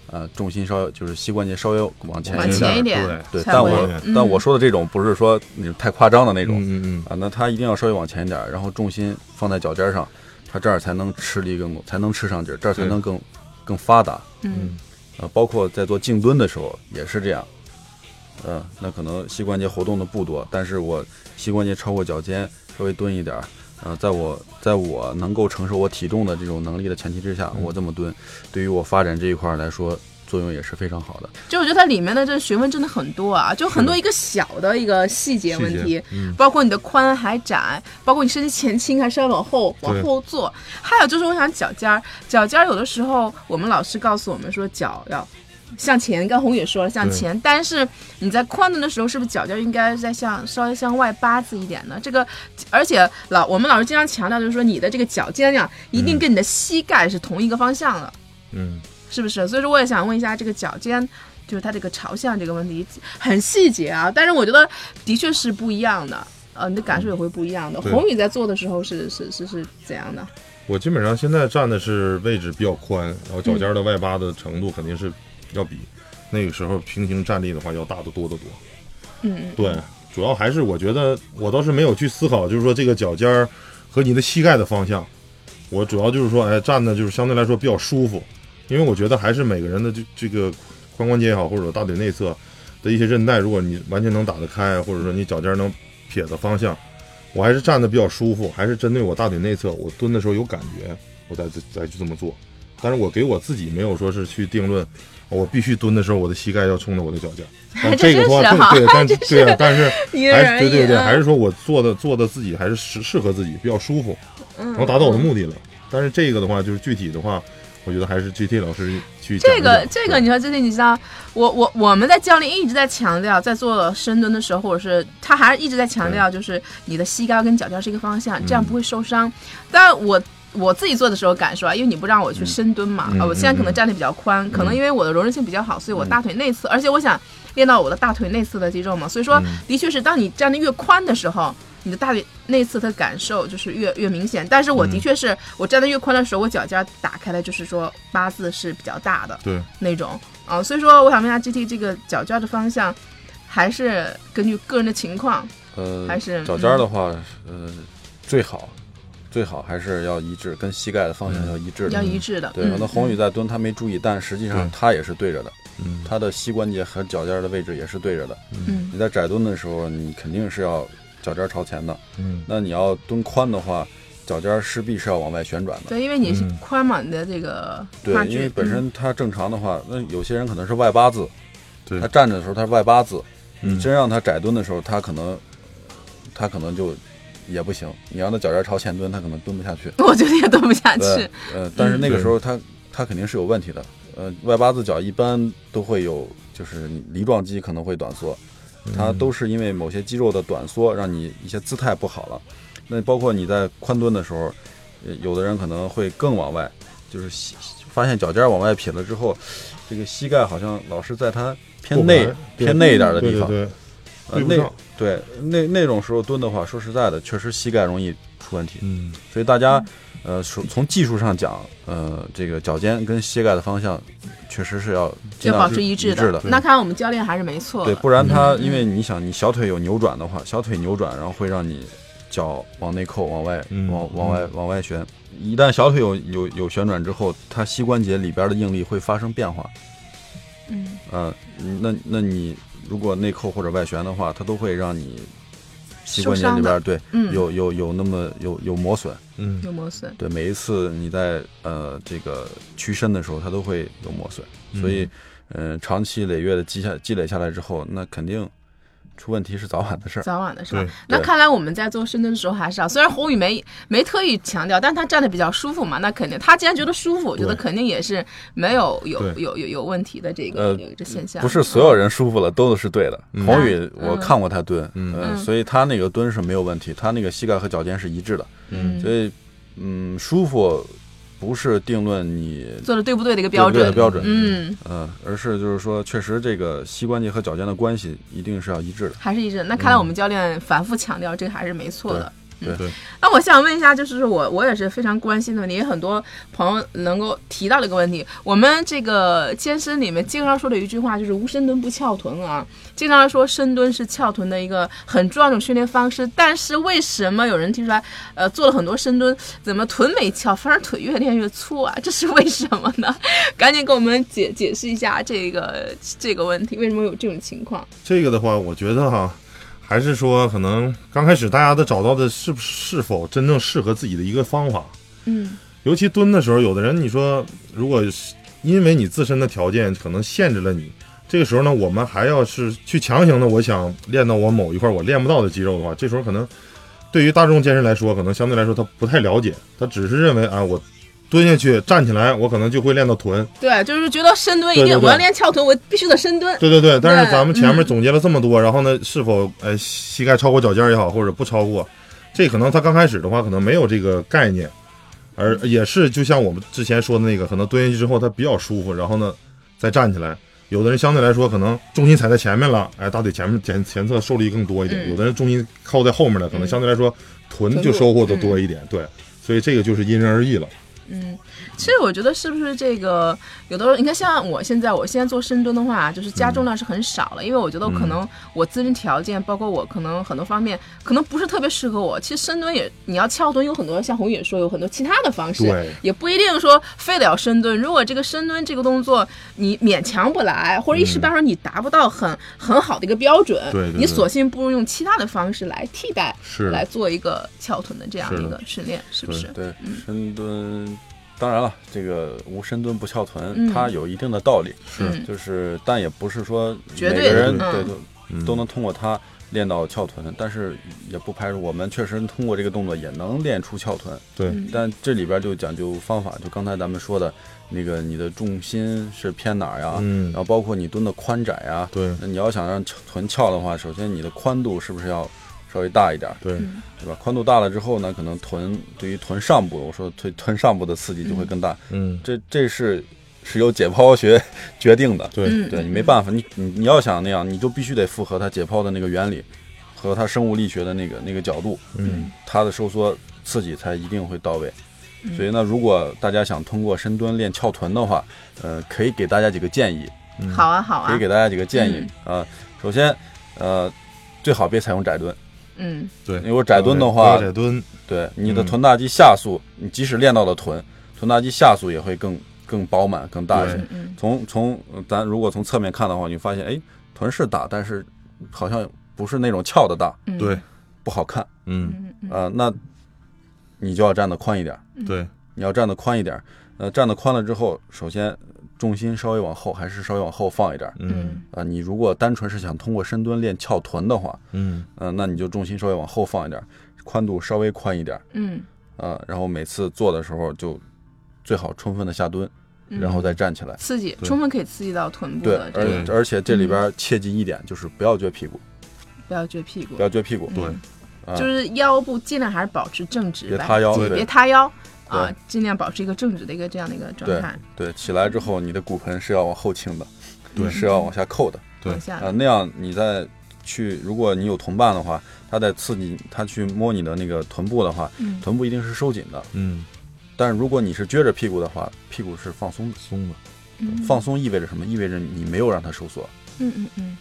[SPEAKER 2] 呃，重心稍就是膝关节稍微往前
[SPEAKER 1] 往
[SPEAKER 2] 一点
[SPEAKER 1] 前
[SPEAKER 2] 儿
[SPEAKER 1] 一。点
[SPEAKER 2] 对，
[SPEAKER 1] 才
[SPEAKER 2] 但
[SPEAKER 1] 会
[SPEAKER 2] 我
[SPEAKER 1] 嗯
[SPEAKER 2] 但我说的这种不是说那种太夸张的那种，
[SPEAKER 3] 嗯嗯
[SPEAKER 2] 啊，那他一定要稍微往前一点儿，然后重心放在脚尖儿上，他这儿才能吃力更，才能吃上劲儿，这儿才
[SPEAKER 3] 对
[SPEAKER 2] 能更更发达。
[SPEAKER 1] 嗯
[SPEAKER 2] 啊，包括在做静蹲的时候也是这样。嗯，那可能膝关节活动的不多，但是我膝关节超过脚尖，稍微蹲一点儿。呃，在我在我能够承受我体重的这种能力的前提之下，
[SPEAKER 1] 嗯
[SPEAKER 2] 我这么蹲，对于我发展这一块儿来说，作用也是非常好的。
[SPEAKER 1] 就我觉得它里面的这学问真的很多啊，就很多一个小的一个细节嗯问题，包括你的髋还展，包括你身体前倾还是要往后往后坐，还有就是我想脚尖儿，脚尖儿有的时候我们老师告诉我们说脚要。向前，刚红也说了向前，但是你在宽蹲的时候，是不是脚尖儿应该再向稍微向外八字一点呢？这个，而且老我们老师经常强调，就是说你的这个脚尖呀、一定跟你的膝盖是同一个方向的。
[SPEAKER 3] 嗯，
[SPEAKER 1] 是不是？所以说我也想问一下这个脚尖，就是它这个朝向这个问题很细节啊，但是我觉得的确是不一样的，呃，你的感受也会不一样的。
[SPEAKER 3] 对
[SPEAKER 1] 红宇在做的时候是是是是怎样的？
[SPEAKER 3] 我基本上现在站的是位置比较宽，然后脚尖的外八的程度肯定是要比那个时候平行站立的话要大得多得多。
[SPEAKER 1] 嗯，
[SPEAKER 3] 对，主要还是我觉得我倒是没有去思考，就是说这个脚尖儿和你的膝盖的方向，我主要就是说，哎，站的就是相对来说比较舒服，因为我觉得还是每个人的这这个髋关节也好，或者大腿内侧的一些韧带，如果你完全能打得开，或者说你脚尖儿能撇的方向，我还是站的比较舒服，还是针对我大腿内侧，我蹲的时候有感觉，我再再去这么做。但是我给我自己没有说是去定论，我必须蹲的时候我的膝盖要冲着我的脚尖儿。但
[SPEAKER 1] 这
[SPEAKER 3] 个的话
[SPEAKER 1] 真是
[SPEAKER 3] 更
[SPEAKER 1] 哈
[SPEAKER 3] 对，但对啊，但是
[SPEAKER 1] 因人
[SPEAKER 3] 还
[SPEAKER 1] 而
[SPEAKER 3] 是对
[SPEAKER 1] 异
[SPEAKER 3] 对对，
[SPEAKER 1] 啊
[SPEAKER 3] 还是说我做的做的自己还是适适合自己，比较舒服，
[SPEAKER 1] 嗯
[SPEAKER 3] 然后达到我的目的了。但是这个的话，就是具体的话，我觉得还是 GT 老师去讲
[SPEAKER 1] 这
[SPEAKER 3] 一
[SPEAKER 1] 个
[SPEAKER 3] 讲
[SPEAKER 1] 这个，你说最近你知道，我我我们在教练一直在强调，在做深蹲的时候，或者是他还是一直在强调，就是你的膝盖跟脚尖是一个方向，
[SPEAKER 3] 嗯
[SPEAKER 1] 这样不会受伤。但我我自己做的时候感受啊，因为你不让我去深蹲嘛，
[SPEAKER 3] 嗯
[SPEAKER 1] 啊，我现在可能
[SPEAKER 3] 嗯
[SPEAKER 1] 站的比较宽，可能因为我的柔韧性比较好，所以我大腿内侧，而且我想练到我的大腿内侧的肌肉嘛，所以
[SPEAKER 3] 嗯
[SPEAKER 1] 说的确是当你站得越宽的时候。你的大腿内侧的感受就是越越明显，但是
[SPEAKER 2] 嗯
[SPEAKER 1] 我的确是、我站得越宽的时候，我脚尖打开了，就是说八字是比较大的，
[SPEAKER 3] 对
[SPEAKER 1] 那种啊、所以说我想问一下 GT 这个脚尖的方向，还是根据个人的情况，
[SPEAKER 2] 呃，
[SPEAKER 1] 还是嗯
[SPEAKER 2] 脚尖儿的话，呃，最好最好还是要一致，跟膝盖的方向要一致的。
[SPEAKER 1] 嗯要一致的。
[SPEAKER 2] 对，
[SPEAKER 1] 嗯
[SPEAKER 2] 可能红宇在蹲，他没注意，但实际上
[SPEAKER 3] 对
[SPEAKER 2] 他也是对着的，
[SPEAKER 3] 嗯
[SPEAKER 2] 他的膝关节和脚尖儿的位置也是对着的。
[SPEAKER 1] 嗯
[SPEAKER 2] 你在窄蹲的时候，你肯定是要脚尖儿朝前的，
[SPEAKER 3] 嗯
[SPEAKER 2] 那你要蹲宽的话，脚尖儿势必是要往外旋转的。
[SPEAKER 1] 对，因为你是
[SPEAKER 3] 嗯
[SPEAKER 1] 宽嘛，你的这个
[SPEAKER 2] 对
[SPEAKER 1] 胯，距嗯
[SPEAKER 2] 因为本身它正常的话，那有些人可能是外八字，
[SPEAKER 3] 对
[SPEAKER 2] 他站着的时候他是外八字，
[SPEAKER 3] 嗯
[SPEAKER 2] 你真让他窄蹲的时候，他可能他可能就也不行。你让他脚尖儿朝前蹲，他可能蹲不下去。
[SPEAKER 1] 嗯我觉得也蹲不 下
[SPEAKER 2] 对
[SPEAKER 1] 去。，
[SPEAKER 2] 呃，但是那个
[SPEAKER 3] 对
[SPEAKER 2] 时候他他肯定是有问题的。呃，外八字脚一般都会有，就是梨状肌可能会短缩，
[SPEAKER 3] 嗯
[SPEAKER 2] 它都是因为某些肌肉的短缩，让你一些姿态不好了。那包括你在宽蹲的时候，呃有的人可能会更往外，就是膝发现脚尖往外撇了之后，这个膝盖好像老是在它偏内
[SPEAKER 3] 不排对
[SPEAKER 2] 偏内一点的
[SPEAKER 3] 对
[SPEAKER 2] 地
[SPEAKER 3] 对
[SPEAKER 2] 方，
[SPEAKER 3] 对，
[SPEAKER 2] 呃
[SPEAKER 3] 对不
[SPEAKER 2] 那
[SPEAKER 3] 上
[SPEAKER 2] 对那那种时候蹲的话，说实在的，确实膝盖容易出问题。
[SPEAKER 3] 嗯
[SPEAKER 2] 所以大家，呃，从从技术上讲，呃，这个脚尖跟膝盖的方向，确实是要
[SPEAKER 1] 就
[SPEAKER 2] 尽量
[SPEAKER 1] 保
[SPEAKER 2] 是
[SPEAKER 1] 持
[SPEAKER 2] 一
[SPEAKER 1] 致
[SPEAKER 2] 的。
[SPEAKER 1] 那看来我们教练还是没错
[SPEAKER 2] 对，
[SPEAKER 1] 的。
[SPEAKER 2] 不然它因为你想，你小腿有扭转的话，小腿扭转，然后会让你脚往内扣，往外，
[SPEAKER 3] 嗯
[SPEAKER 2] 往往外往外旋。一旦小腿有有有旋转之后，它膝关节里边的应力会发生变化。
[SPEAKER 1] 嗯，
[SPEAKER 2] 呃，那那你如果内扣或者外旋的话，它都会让你膝关节里
[SPEAKER 1] 受伤
[SPEAKER 2] 边
[SPEAKER 1] 的
[SPEAKER 2] 对、
[SPEAKER 1] 嗯
[SPEAKER 2] 有有有那么有有磨损。
[SPEAKER 3] 嗯，
[SPEAKER 1] 有磨损。
[SPEAKER 2] 对，每一次你在呃这个屈伸的时候，它都会有磨损，
[SPEAKER 3] 嗯
[SPEAKER 2] 所以嗯、呃长期累月的积下积累下来之后，那肯定出问题是早晚的事儿。
[SPEAKER 1] 早晚的事儿
[SPEAKER 3] 对。
[SPEAKER 1] 那
[SPEAKER 2] 对
[SPEAKER 1] 看来我们在做深蹲的时候还是啊，虽然侯宇没没特意强调，但他站的比较舒服嘛，那肯定他既然觉得舒服，我觉得
[SPEAKER 3] 对
[SPEAKER 1] 肯定也是没有有
[SPEAKER 3] 对
[SPEAKER 1] 有有有问题的这
[SPEAKER 2] 呃
[SPEAKER 1] 个有这现象。
[SPEAKER 2] 不是所有人舒服了都是对的。
[SPEAKER 3] 嗯
[SPEAKER 2] 宏宇，
[SPEAKER 1] 嗯
[SPEAKER 2] 我看过他蹲，
[SPEAKER 3] 嗯
[SPEAKER 2] 呃
[SPEAKER 1] 嗯
[SPEAKER 2] 所以他那个蹲是没有问题，他那个膝盖和脚尖是一致的，
[SPEAKER 1] 嗯
[SPEAKER 2] 所以嗯，舒服不是定论你
[SPEAKER 1] 做的对不对的一个
[SPEAKER 2] 对
[SPEAKER 1] 标
[SPEAKER 2] 不对的
[SPEAKER 1] 准。
[SPEAKER 2] 标准，
[SPEAKER 1] 嗯，
[SPEAKER 2] 嗯，而是就是说，确实这个膝关节和脚尖的关系一定是要一致的。嗯
[SPEAKER 1] 还是一直。那看来我们教练反复强调，这个还是没错的。嗯
[SPEAKER 2] 对
[SPEAKER 3] 对，
[SPEAKER 1] 那我想问一下，就是我我也是非常关心的问题，也很多朋友能够提到的一个问题。我们这个健身里面经常说的一句话就是“无深蹲不翘臀”啊，经常说深蹲是翘臀的一个很重要的一种训练方式。但是为什么有人提出来，呃，做了很多深蹲，怎么臀没翘，反而腿越练越粗啊？ 这是为什么呢？ 赶紧给我们解解释一下这个这个问题，为什么有这种情况？
[SPEAKER 3] 这个的话，我觉得哈、还是说可能刚开始大家都找到的是不是否真正适合自己的一个方法，
[SPEAKER 1] 嗯
[SPEAKER 3] 尤其蹲的时候，有的人你说如果是因为你自身的条件可能限制了你，这个时候呢，我们还要是去强行的，我想练到我某一块我练不到的肌肉的话，这时候可能对于大众健身来说，可能相对来说他不太了解，他只是认为啊我。蹲下去，站起来，我可能就会练到臀。
[SPEAKER 1] 对，就是觉得深蹲一
[SPEAKER 3] 对
[SPEAKER 1] 定，
[SPEAKER 3] 对对
[SPEAKER 1] 我要练翘臀，我必须得深蹲。
[SPEAKER 3] 对对对，但是
[SPEAKER 1] 对
[SPEAKER 3] 咱们前
[SPEAKER 1] 嗯
[SPEAKER 3] 面总结了这么多，然后呢，是否呃膝盖超过脚尖儿也好，或者不超过，这可能他刚开始的话可能没有这个概念，而也是就像我们之前说的那个，可能蹲下去之后他比较舒服，然后呢再站起来。有的人相对来说可能重心踩在前面了，哎，大腿前面前前侧受力更多一点；
[SPEAKER 1] 嗯
[SPEAKER 3] 有的人重心靠在后面了，可能
[SPEAKER 1] 嗯
[SPEAKER 3] 相对来说臀
[SPEAKER 1] 臀
[SPEAKER 3] 就
[SPEAKER 1] 部
[SPEAKER 3] 收获的
[SPEAKER 1] 嗯
[SPEAKER 3] 多一点。对，所以这个就是因人而异了。
[SPEAKER 1] 嗯，其实我觉得是不是这个有的时候，你看像我现在，我现在做深蹲的话，就是加重量是很少了，因为我觉得可
[SPEAKER 3] 嗯
[SPEAKER 1] 能我自身条件，包括我可能很多方面，可能不是特别适合我。其实深蹲也，你要翘蹲有很多，像红也说有很多其他的方式
[SPEAKER 3] 对，
[SPEAKER 1] 也不一定说非得要深蹲。如果这个深蹲这个动作你勉强不来，或者一时半会儿你达不到很、很好的一个标准，
[SPEAKER 3] 嗯对对对
[SPEAKER 1] 你索性不如用其他的方式来替代，
[SPEAKER 3] 是
[SPEAKER 1] 来做一个翘臀的这样
[SPEAKER 3] 是
[SPEAKER 1] 一
[SPEAKER 3] 的
[SPEAKER 1] 个训练，是不
[SPEAKER 3] 对
[SPEAKER 1] 是？
[SPEAKER 2] 对，深蹲，当然了，这个无深蹲不翘臀，
[SPEAKER 1] 嗯
[SPEAKER 2] 它有一定的道理，
[SPEAKER 3] 是
[SPEAKER 1] 嗯
[SPEAKER 2] 就是但也不是说每
[SPEAKER 1] 绝
[SPEAKER 2] 个
[SPEAKER 1] 对的
[SPEAKER 2] 人
[SPEAKER 1] 嗯
[SPEAKER 2] 对都
[SPEAKER 3] 嗯
[SPEAKER 2] 都能通过它练到翘臀，但是也不排除我们确实通过这个动作也能练出翘臀，
[SPEAKER 3] 对
[SPEAKER 1] 嗯
[SPEAKER 2] 但这里边就讲究方法，就刚才咱们说的那个，你的重心是偏哪儿呀？
[SPEAKER 3] 嗯
[SPEAKER 2] 然后包括你蹲的宽窄呀，
[SPEAKER 3] 对
[SPEAKER 2] 那你要想让臀翘的话，首先你的宽度是不是要稍微大一点儿，
[SPEAKER 3] 对
[SPEAKER 2] 对吧？宽度大了之后呢，可能臀对于臀上部，我说对臀上部的刺激就会更大，
[SPEAKER 3] 嗯
[SPEAKER 2] 这这是是由解剖学 决定的，
[SPEAKER 3] 对
[SPEAKER 1] 嗯
[SPEAKER 2] 对你没办法，你你你要想那样，你就必须得符合它解剖的那个原理和它生物力学的那个那个角度，
[SPEAKER 3] 嗯
[SPEAKER 2] 它的收缩刺激才一定会到位。
[SPEAKER 1] 嗯
[SPEAKER 2] 所以呢，如果大家想通过深蹲练翘臀的话，呃，可以给大家几个建议，
[SPEAKER 1] 好啊，好
[SPEAKER 2] 可以
[SPEAKER 1] 啊，
[SPEAKER 2] 给大家几个建议
[SPEAKER 1] 嗯
[SPEAKER 2] 啊、呃首先，呃，最好别采用窄蹲，
[SPEAKER 1] 嗯，
[SPEAKER 3] 对，
[SPEAKER 2] 因为窄蹲的话
[SPEAKER 3] 不要窄蹲
[SPEAKER 2] 对你的臀大肌下束，你即使练到了臀，臀大肌下束也会更更饱满、更大一些
[SPEAKER 3] 对。
[SPEAKER 1] 嗯
[SPEAKER 2] 从从呃咱如果从侧面看的话，你发现哎，臀是大，但是好像不是那种翘的大，
[SPEAKER 1] 嗯
[SPEAKER 3] 对，
[SPEAKER 2] 不好看
[SPEAKER 3] 嗯
[SPEAKER 1] 嗯嗯
[SPEAKER 2] 啊、呃那你就要站得宽一点。
[SPEAKER 3] 对
[SPEAKER 2] 你要站得宽一点儿。呃，站得宽了之后，首先重心稍微往后，还是稍微往后放一点儿。
[SPEAKER 1] 嗯
[SPEAKER 2] 啊、你如果单纯是想通过深蹲练翘臀的话，
[SPEAKER 3] 嗯
[SPEAKER 2] 嗯、那你就重心稍微往后放一点儿，宽度稍微宽一点儿。
[SPEAKER 1] 嗯
[SPEAKER 2] 啊、然后每次做的时候就最好充分的下蹲，
[SPEAKER 1] 嗯
[SPEAKER 2] 然后再站起来。
[SPEAKER 1] 刺激
[SPEAKER 3] 对
[SPEAKER 1] 充分可以刺激到臀部
[SPEAKER 2] 对
[SPEAKER 1] 的，这个，
[SPEAKER 2] 而而且这里边切记一点，就是不要撅屁股，
[SPEAKER 1] 不要撅屁股嗯
[SPEAKER 2] 不，要撅屁股，
[SPEAKER 3] 对，
[SPEAKER 2] 啊
[SPEAKER 1] 就是腰部尽量还是保持正直
[SPEAKER 2] 别
[SPEAKER 1] 吧，
[SPEAKER 2] 塌腰，
[SPEAKER 3] 对
[SPEAKER 1] 别
[SPEAKER 2] 对
[SPEAKER 1] 塌腰啊，尽量保持一个正直的一个这样的一个状
[SPEAKER 2] 对
[SPEAKER 1] 态，
[SPEAKER 2] 对。起来之后，你的骨盆是要往后倾的，
[SPEAKER 3] 对
[SPEAKER 2] 是要往下扣的。
[SPEAKER 3] 对
[SPEAKER 1] 往下
[SPEAKER 2] 啊、，那样你再去，如果你有同伴的话，他在刺激他去摸你的那个臀部的话，
[SPEAKER 1] 嗯
[SPEAKER 2] 臀部一定是收紧的。
[SPEAKER 3] 嗯，
[SPEAKER 2] 但是如果你是撅着屁股的话，屁股是放松的。
[SPEAKER 3] 松的，
[SPEAKER 1] 嗯
[SPEAKER 2] 放松意味着什么？意味着你没有让它收缩，
[SPEAKER 1] 嗯嗯嗯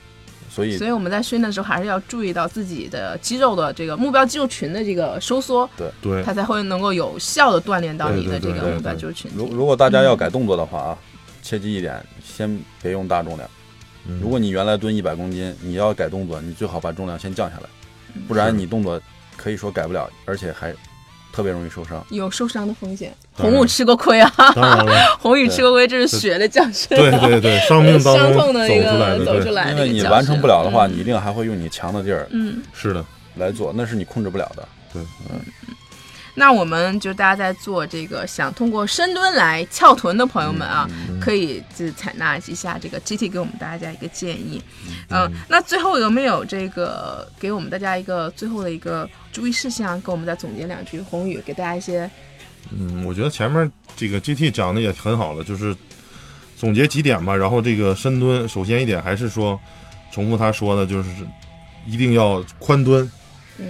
[SPEAKER 2] 所以
[SPEAKER 1] 所以我们在训练的时候还是要注意到自己的肌肉的这个目标肌肉群的这个收缩，
[SPEAKER 3] 对
[SPEAKER 1] 它才会能够有效的锻炼到你的这
[SPEAKER 3] 对对对
[SPEAKER 1] 个
[SPEAKER 3] 对
[SPEAKER 1] 目标肌肉群
[SPEAKER 2] 如
[SPEAKER 1] 体。
[SPEAKER 2] 如果大家要改动作的话啊，切记一点，先别用大重量。
[SPEAKER 3] 嗯
[SPEAKER 2] 如果你原来蹲一百公斤，你要改动作，你最好把重量先降下来，不然你动作可以说改不了，而且还特别容易受伤。
[SPEAKER 1] 有受伤的风险，
[SPEAKER 3] 当然
[SPEAKER 1] 红武吃过亏啊，
[SPEAKER 3] 当然了，
[SPEAKER 1] 红宇吃过亏，这是血的教训。
[SPEAKER 3] 对对对，伤病当
[SPEAKER 1] 伤
[SPEAKER 3] 中
[SPEAKER 1] 痛
[SPEAKER 3] 走
[SPEAKER 1] 的一
[SPEAKER 3] 出来
[SPEAKER 1] 个
[SPEAKER 3] 的，
[SPEAKER 1] 走出
[SPEAKER 3] 对，
[SPEAKER 1] 来的
[SPEAKER 2] 因
[SPEAKER 1] 一个教训，
[SPEAKER 2] 为你完成不了的话，你一定还会用你强的地儿
[SPEAKER 1] 嗯。
[SPEAKER 3] 是的，
[SPEAKER 2] 来做，那是你控制不了的。
[SPEAKER 1] 那我们就大家在做这个想通过深蹲来翘臀的朋友们啊，可以就采纳一下这个 GT 给我们大家一个建议。嗯、那最后有没有这个给我们大家一个最后的一个注意事项，跟我们再总结两句？宏宇给大家一些，
[SPEAKER 3] 嗯，我觉得前面这个 GT 讲的也很好了，就是总结几点吧。然后这个深蹲，首先一点还是说，重复他说的，就是一定要宽蹲，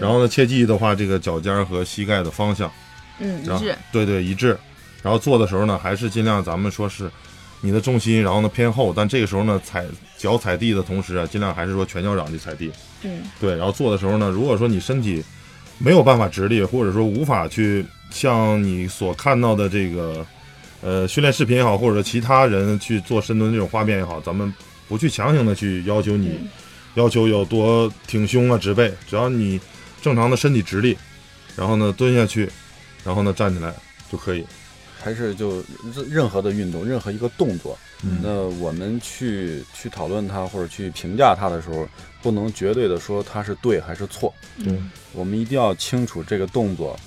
[SPEAKER 3] 然后呢，切记的话，这个脚尖儿和膝盖的方向
[SPEAKER 1] 嗯，
[SPEAKER 3] 然
[SPEAKER 1] 一
[SPEAKER 3] 后
[SPEAKER 1] 致，
[SPEAKER 3] 对对一致。然后做的时候呢，还是尽量咱们说是你的重心，然后呢偏后，但这个时候呢踩脚踩地的同时啊，尽量还是说全脚掌去踩地。
[SPEAKER 1] 嗯，
[SPEAKER 3] 对，然后做的时候呢，如果说你身体没有办法直立，或者说无法去像你所看到的这个呃训练视频也好，或者其他人去做深蹲这种画面也好，咱们不去强行的去要求
[SPEAKER 2] 嗯
[SPEAKER 3] 你、要求有多挺胸啊、直背，只要你正常的身体直立，然后呢蹲下去，然后呢站起来就可以。
[SPEAKER 2] 还是就任何的运动，任何一个动作，
[SPEAKER 3] 嗯
[SPEAKER 2] 那我们去去讨论它或者去评价它的时候，不能绝对的说它是对还是错。
[SPEAKER 1] 嗯
[SPEAKER 3] 对，
[SPEAKER 2] 我们一定要清楚这个动作，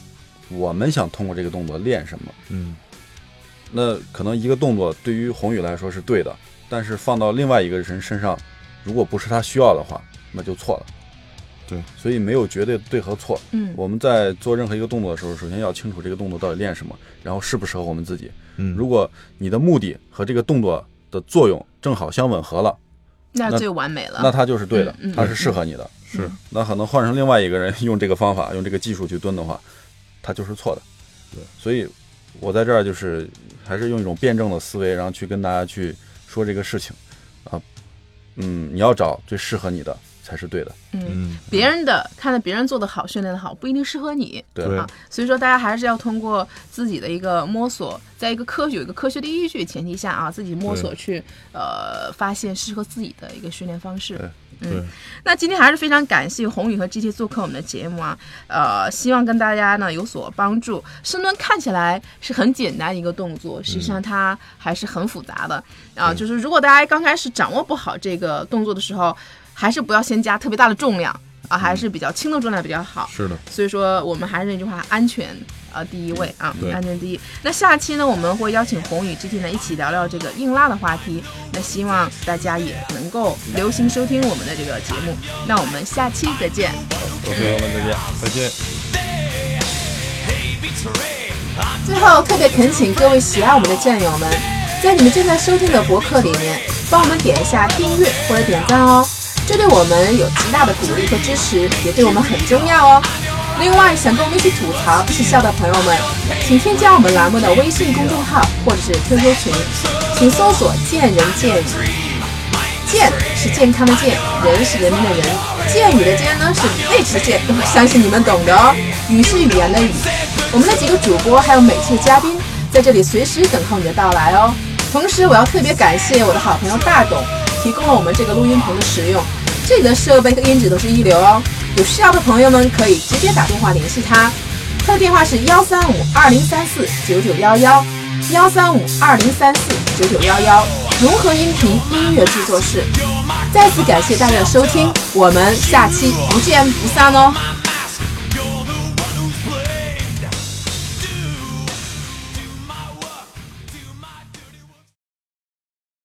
[SPEAKER 2] 我们想通过这个动作练什么。
[SPEAKER 3] 嗯，
[SPEAKER 2] 那可能一个动作对于宏宇来说是对的，但是放到另外一个人身上，如果不是他需要的话，那就错了。
[SPEAKER 3] 对，
[SPEAKER 2] 所以没有绝对的对和错。
[SPEAKER 1] 嗯
[SPEAKER 2] 我们在做任何一个动作的时候，首先要清楚这个动作到底练什么，然后适不适合我们自己。
[SPEAKER 3] 嗯
[SPEAKER 2] 如果你的目的和这个动作的作用正好相吻合了，
[SPEAKER 1] 那
[SPEAKER 2] 那
[SPEAKER 1] 最完美了。
[SPEAKER 2] 那它就是对的
[SPEAKER 1] 嗯嗯，
[SPEAKER 2] 它是适合你的。
[SPEAKER 3] 是
[SPEAKER 2] 那可能换成另外一个人用这个方法、用这个技术去蹲的话，它就是错的。
[SPEAKER 3] 对，
[SPEAKER 2] 所以我在这儿就是还是用一种辩证的思维，然后去跟大家去说这个事情啊。嗯，你要找最适合你的才是对的。
[SPEAKER 1] 嗯，
[SPEAKER 3] 嗯，
[SPEAKER 1] 别人的看到别人做的好，训练的好，不一定适合你。
[SPEAKER 2] 对
[SPEAKER 3] 对
[SPEAKER 1] 啊，所以说大家还是要通过自己的一个摸索，在一个科学有一个科学的依据前提下啊，自己摸索
[SPEAKER 3] 对
[SPEAKER 1] 去呃发现适合自己的一个训练方式。
[SPEAKER 2] 嗯
[SPEAKER 3] 对，
[SPEAKER 1] 那今天还是非常感谢宏宇和 GT 做客我们的节目啊，呃，希望跟大家呢有所帮助。深蹲看起来是很简单的一个动作，实际上
[SPEAKER 3] 嗯
[SPEAKER 1] 它还是很复杂的啊、就是如果大家刚开始掌握不好这个动作的时候，还是不要先加特别大的重量啊，
[SPEAKER 3] 嗯
[SPEAKER 1] 还是比较轻的重量比较好。
[SPEAKER 3] 是的，
[SPEAKER 1] 所以说，我们还是那句话，安全啊、呃第一位啊
[SPEAKER 3] 对，
[SPEAKER 1] 安全第一。那下期呢，我们会邀请宏宇 GT 呢一起聊聊这个硬拉的话题。那希望大家也能够留心收听我们的这个节目。那我们下期再见。
[SPEAKER 2] OK，我们再见。
[SPEAKER 3] 再见。
[SPEAKER 5] 最后，特别恳请各位喜爱我们的战友们，在你们正在收听的博客里面，帮我们点一下订阅或者点赞哦，这对我们有极大的鼓励和支持，也对我们很重要哦。另外，想跟我们一起吐槽、一起笑的朋友们，请添加我们栏目的微信公众号或者是 QQ 群，请搜索“见人见语”。健是健康的健，人是人民的人，健语的健呢是位置的健，我相信你们懂的哦。语是语言的语，我们的几个主播还有每期的嘉宾在这里随时等候你的到来哦。同时，我要特别感谢我的好朋友大董，提供了我们这个录音棚的使用，这里的设备和音质都是一流哦。有需要的朋友们可以直接打电话联系他，他的电话是幺三五二零三四九九幺幺，幺三五二零三四九九幺幺，融合音频音乐制作室。再次感谢大家的收听，我们下期不见不散哦。